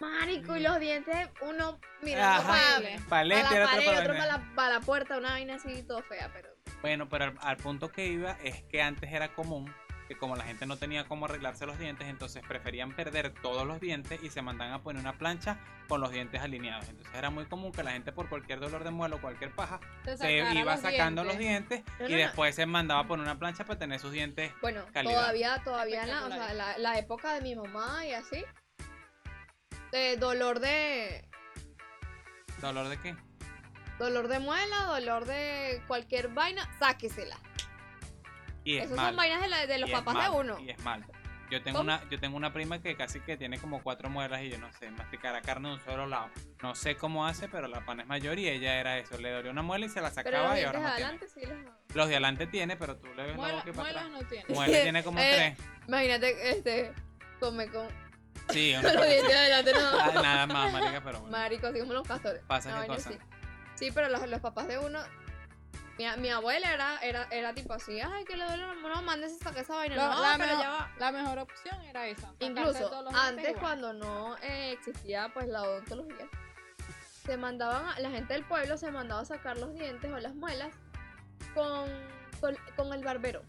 Speaker 2: Marico, y los dientes, uno mirando
Speaker 4: Ajá.
Speaker 2: para
Speaker 3: horrible.
Speaker 4: Paleta
Speaker 2: la
Speaker 4: y la otra
Speaker 2: pared, otro
Speaker 4: paleta.
Speaker 2: para la, pa' la puerta, una vaina así todo fea, pero...
Speaker 4: Bueno, pero al, al punto que iba es que antes era común que como la gente no tenía cómo arreglarse los dientes, entonces preferían perder todos los dientes y se mandan a poner una plancha con los dientes alineados. Entonces era muy común que la gente por cualquier dolor de muelo o cualquier paja
Speaker 3: Te
Speaker 4: se
Speaker 3: sacara
Speaker 4: iba sacando los dientes
Speaker 2: No,
Speaker 4: y
Speaker 2: no, no.
Speaker 4: después se mandaba a poner una plancha para tener sus dientes.
Speaker 2: Bueno,
Speaker 4: Calidad.
Speaker 2: todavía, todavía en la, o sea, la, la época de mi mamá y así, de dolor de...
Speaker 4: ¿Dolor de qué?
Speaker 2: Dolor de muela, dolor de cualquier vaina, sáquesela.
Speaker 4: Y es
Speaker 2: Esas
Speaker 4: malo.
Speaker 2: son vainas de, la- de los
Speaker 4: y es
Speaker 2: papás de
Speaker 4: malo,
Speaker 2: uno.
Speaker 4: Y es mal. Yo tengo,
Speaker 2: ¿Cómo?
Speaker 4: una, yo tengo una prima que casi que tiene como cuatro muelas y yo no sé, masticar la carne de un solo lado. No sé cómo hace, pero la pana es mayor y ella era eso. Le dolía una muela y se la
Speaker 2: Pero los
Speaker 4: sacaba y
Speaker 2: dientes
Speaker 4: ahora no tiene.
Speaker 2: adelante sí los
Speaker 4: Los de adelante tiene, pero tú le ves la
Speaker 3: Muela-
Speaker 4: boca y para
Speaker 3: muelas
Speaker 4: atrás.
Speaker 3: no tiene.
Speaker 4: Muela tiene como
Speaker 2: Eh,
Speaker 4: tres.
Speaker 2: Imagínate, este, come con
Speaker 4: Sí, una
Speaker 2: los
Speaker 4: cosa así.
Speaker 2: dientes adelante,
Speaker 4: Ah,
Speaker 2: no.
Speaker 4: Nada más, marica, pero bueno.
Speaker 2: Marico, así como los castores.
Speaker 4: Pasa
Speaker 2: No,
Speaker 4: qué
Speaker 2: yo
Speaker 4: cosa.
Speaker 2: Sí. Sí, pero los, los papás de uno. Mi, mi abuela era, era, era tipo así, ay, que le duele la mano, mándese sacar esa vaina.
Speaker 3: Lo-
Speaker 2: no,
Speaker 3: la
Speaker 2: pero
Speaker 3: mejor-
Speaker 2: ya va.
Speaker 3: La mejor opción era esa. sacarse
Speaker 2: Incluso
Speaker 3: todos los dientes
Speaker 2: antes
Speaker 3: igual.
Speaker 2: cuando no eh, existía pues la odontología, se mandaban, a- la gente del pueblo se mandaba a sacar los dientes o las muelas con, con, con el barbero.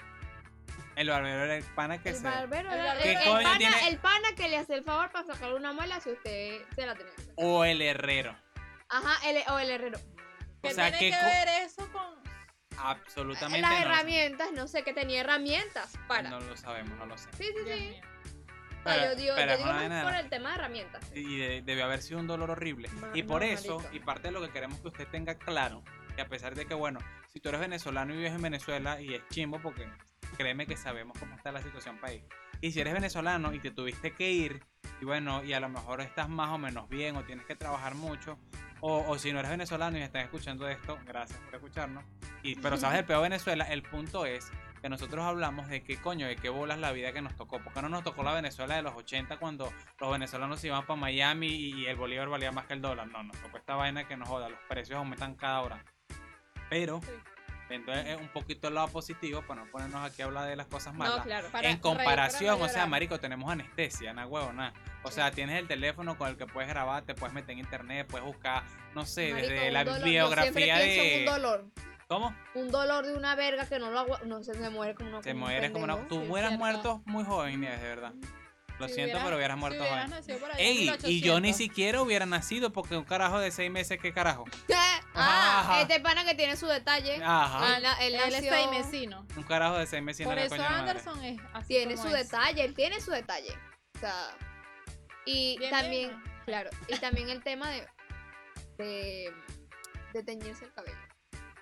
Speaker 4: El barbero era el pana que
Speaker 2: El
Speaker 4: se.
Speaker 2: barbero
Speaker 3: El
Speaker 2: era
Speaker 3: barbero.
Speaker 2: el,
Speaker 3: ¿Qué
Speaker 2: el
Speaker 4: coño
Speaker 2: pana,
Speaker 4: tiene?
Speaker 2: el pana que le hace el favor para sacarle una muela si usted se la tenía. que sacar.
Speaker 4: O el herrero.
Speaker 2: Ajá, el, o el herrero.
Speaker 4: O
Speaker 3: ¿Qué
Speaker 4: sea,
Speaker 3: tiene
Speaker 4: que.
Speaker 3: que
Speaker 4: co-
Speaker 3: ver eso con
Speaker 4: Absolutamente
Speaker 2: Las
Speaker 4: no.
Speaker 2: herramientas, no sé, que tenía herramientas para.
Speaker 4: No lo sabemos, no lo sé.
Speaker 2: Sí, sí,
Speaker 3: Dios
Speaker 2: sí.
Speaker 3: mío.
Speaker 2: O sea,
Speaker 4: Pero-
Speaker 2: yo digo,
Speaker 4: pero
Speaker 2: yo
Speaker 4: es
Speaker 2: digo más
Speaker 4: una vaina de
Speaker 2: por
Speaker 4: la-
Speaker 2: el tema de herramientas.
Speaker 4: y de- debió haber sido un dolor horrible.
Speaker 2: Ma-
Speaker 4: y por
Speaker 2: no,
Speaker 4: eso,
Speaker 2: marico.
Speaker 4: y parte de lo que queremos que usted tenga claro, que a pesar de que, bueno, si tú eres venezolano y vives en Venezuela, y es chimbo porque créeme que sabemos cómo está la situación país. Y si eres venezolano y te tuviste que ir, y bueno, y a lo mejor estás más o menos bien, o tienes que trabajar mucho, o, o si no eres venezolano y estás escuchando esto, gracias por escucharnos. Y, pero sabes el peor de Venezuela, el punto es que nosotros hablamos de qué coño, de qué bolas la vida que nos tocó. Porque no nos tocó la Venezuela de los 80 cuando los venezolanos se iban para Miami y el bolívar valía más que el dólar. No, nos tocó esta vaina que nos joda, los precios aumentan cada hora. Pero,
Speaker 3: Sí.
Speaker 4: entonces es un poquito el lado positivo para no ponernos aquí a hablar de las cosas malas.
Speaker 2: No, claro.
Speaker 3: Para
Speaker 4: en
Speaker 3: reír, para no
Speaker 4: comparación, o sea,
Speaker 3: llorar.
Speaker 4: marico, tenemos anestesia, na huevo, na. O sea, tienes el teléfono con el que puedes grabar, te puedes meter en internet, puedes buscar, no sé,
Speaker 2: Marico,
Speaker 4: desde
Speaker 2: un
Speaker 4: la
Speaker 2: dolor. Yo siempre
Speaker 4: biografía
Speaker 2: pienso en
Speaker 4: de...
Speaker 2: un dolor.
Speaker 4: ¿Cómo?
Speaker 2: Un dolor de una verga que no lo agua No sé, se muere como una.
Speaker 4: Te
Speaker 2: como un
Speaker 4: mueres como una...
Speaker 2: pendejo.
Speaker 4: Tú
Speaker 3: sí, es
Speaker 4: hubieras
Speaker 3: cierto.
Speaker 4: muerto muy joven, Nieves, de verdad. Lo
Speaker 3: Si
Speaker 4: siento, pero hubieras muerto
Speaker 3: si hubieras
Speaker 4: joven.
Speaker 3: nacido por allá en
Speaker 4: Ey, y yo ni
Speaker 3: 1800.
Speaker 4: siquiera hubiera nacido porque un carajo de seis meses, ¿qué carajo?
Speaker 2: ah,
Speaker 4: Ajá.
Speaker 2: este pana que tiene su detalle. Ah,
Speaker 4: Ajá.
Speaker 2: él, na- él
Speaker 3: Él es
Speaker 2: nació-
Speaker 3: seimesino.
Speaker 4: Un carajo de seis meses y no
Speaker 3: Por
Speaker 4: la
Speaker 3: eso
Speaker 4: coño de madre.
Speaker 3: Anderson es así.
Speaker 2: Tiene
Speaker 3: como
Speaker 2: su
Speaker 3: es.
Speaker 2: detalle, él tiene su detalle. O sea, y
Speaker 3: Bien
Speaker 2: también,
Speaker 3: tema.
Speaker 2: claro, y también el tema de, de, de teñirse el cabello.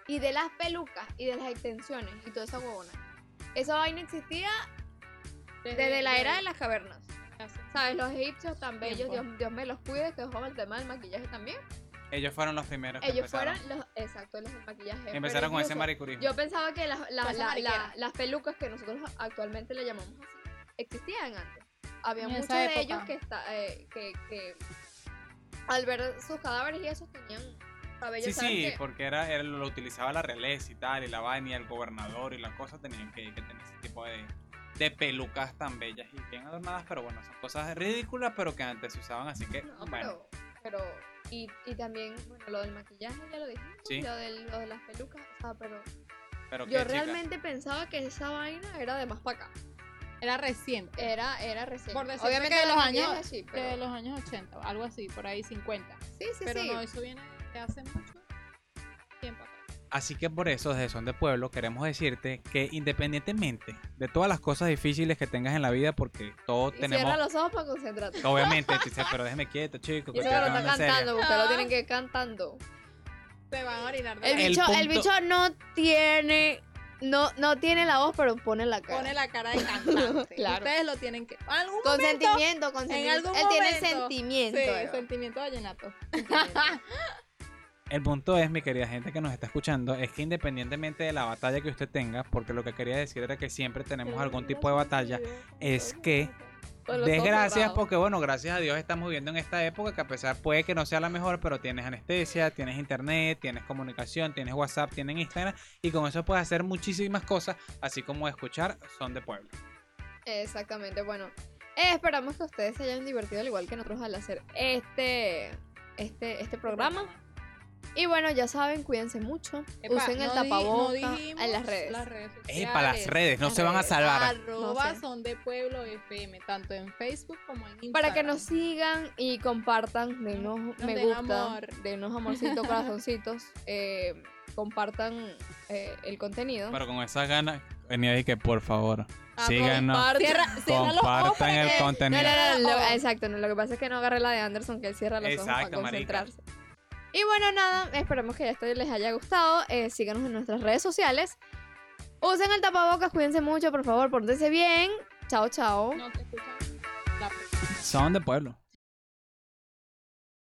Speaker 2: Y de las pelucas y de las extensiones y toda esa huevona. Esa vaina existía desde la era de las cavernas. ¿Sabes? Los egipcios tan bellos,
Speaker 3: Tiempo.
Speaker 2: Dios, Dios me los cuide, que ojo el tema del maquillaje también.
Speaker 4: Ellos fueron los primeros que
Speaker 2: Ellos
Speaker 4: empezaron.
Speaker 2: fueron los, exacto, los del maquillaje. Pero
Speaker 4: Empezaron con ese
Speaker 2: incluso-
Speaker 4: maricurismo.
Speaker 2: Yo pensaba que las, las-
Speaker 3: Cosa
Speaker 2: la-
Speaker 3: mariquera.
Speaker 2: la- las pelucas que nosotros actualmente le llamamos así existían antes. Había
Speaker 3: En
Speaker 2: muchos
Speaker 3: esa
Speaker 2: de
Speaker 3: época.
Speaker 2: ellos que, está, eh, que, que al ver sus cadáveres y esos tenían cabello.
Speaker 4: Sí,
Speaker 2: ¿sabes
Speaker 4: sí,
Speaker 2: qué?
Speaker 4: porque era, era- lo utilizaba la relés y tal, y la vaina, y el gobernador y la cosa tenían que, que tener ese tipo de, de pelucas tan bellas y bien adornadas, pero bueno, son cosas ridículas, pero que antes se usaban, así que
Speaker 2: No,
Speaker 4: bueno.
Speaker 2: pero, pero y, y también, bueno, lo del maquillaje ya lo dijimos,
Speaker 4: Sí.
Speaker 2: lo, del- lo de las pelucas, o sea, pero
Speaker 4: Pero,
Speaker 2: yo
Speaker 4: qué, chicas?
Speaker 2: realmente pensaba que esa vaina era de más para acá.
Speaker 3: Era reciente.
Speaker 2: Era, era recién.
Speaker 3: Por decirte
Speaker 2: Obviamente
Speaker 3: que de
Speaker 2: el
Speaker 3: los
Speaker 2: maquillaje
Speaker 3: años-
Speaker 2: sí,
Speaker 3: que
Speaker 2: pero-
Speaker 3: de los años 80, algo así, por ahí 50.
Speaker 2: sí, sí,
Speaker 3: pero
Speaker 2: sí.
Speaker 3: no, eso viene de hace mucho tiempo atrás.
Speaker 4: Así que por eso, desde Son de Pueblo, queremos decirte que independientemente de todas las cosas difíciles que tengas en la vida, porque todos
Speaker 2: Y
Speaker 4: tenemos...
Speaker 2: Cierra los ojos para concentrarte.
Speaker 4: Obviamente, dice, pero déjeme quieto, chico.
Speaker 2: Y
Speaker 4: que
Speaker 2: eso que lo
Speaker 4: estoy
Speaker 2: está
Speaker 4: hablando en serio".
Speaker 2: cantando, usted
Speaker 3: No.
Speaker 2: lo tienen que ir cantando.
Speaker 3: Se van a orinar de
Speaker 2: El,
Speaker 3: la-
Speaker 4: El
Speaker 2: bicho, el
Speaker 4: punto-
Speaker 2: bicho no tiene. No, no tiene la voz, pero pone la cara.
Speaker 3: Pone la cara de cantante.
Speaker 2: Claro.
Speaker 3: Ustedes lo tienen que. Algún momento.
Speaker 2: consentimiento, consentimiento.
Speaker 3: algún
Speaker 2: Él tiene
Speaker 3: momento.
Speaker 2: sentimiento.
Speaker 3: Sí,
Speaker 2: Eva.
Speaker 3: sentimiento vallenato.
Speaker 4: El punto es, mi querida gente que nos está escuchando, es que independientemente de la batalla que usted tenga, porque lo que quería decir era que siempre tenemos algún tipo de batalla, es que
Speaker 2: Con los ojos
Speaker 4: desgracias,
Speaker 2: cerrados.
Speaker 4: porque bueno, gracias a Dios estamos viviendo en esta época que a pesar puede que no sea la mejor, pero tienes anestesia, tienes internet, tienes comunicación, tienes WhatsApp, tienes Instagram, y con eso puedes hacer muchísimas cosas, así como escuchar Son de Pueblo.
Speaker 2: Exactamente, bueno. eh, esperamos que ustedes se hayan divertido al igual que nosotros al hacer este, este, este programa. Y bueno, ya saben, cuídense mucho.
Speaker 3: Epa,
Speaker 2: Usen el
Speaker 3: no di- no
Speaker 2: tapabocas
Speaker 3: dijimos
Speaker 2: en las redes.
Speaker 4: Eh,
Speaker 3: sociales.
Speaker 4: para las redes, no
Speaker 2: las
Speaker 4: se van a
Speaker 2: redes.
Speaker 4: salvar.
Speaker 3: Arroba
Speaker 2: No sé.
Speaker 3: son de pueblo FM, tanto en Facebook como en Instagram.
Speaker 2: Para que nos sigan y compartan, denos
Speaker 3: Nos
Speaker 2: me
Speaker 3: den
Speaker 2: gusta,
Speaker 3: amor.
Speaker 2: denos amorcitos, corazoncitos, eh, compartan eh, el contenido.
Speaker 4: Pero con esas ganas, venía y que por favor,
Speaker 2: Ah,
Speaker 4: síganos,
Speaker 2: compartan.
Speaker 3: Cierra, cierra los ojos
Speaker 4: compartan
Speaker 3: para
Speaker 4: el
Speaker 3: que-
Speaker 2: No,
Speaker 4: contenido.
Speaker 2: eh, no, no, lo-
Speaker 3: Oh.
Speaker 2: exacto, no, lo que pasa es que no agarré la de Anderson, que él cierra los ojos para
Speaker 4: Exacto, marica.
Speaker 2: concentrarse. Y bueno, nada, esperemos que esto les haya gustado. eh, síganos en nuestras redes sociales. Usen el tapabocas, cuídense mucho, por favor, pórtense bien.
Speaker 5: Chao, chao.
Speaker 2: No te escuchan. La-
Speaker 3: Son de pueblo.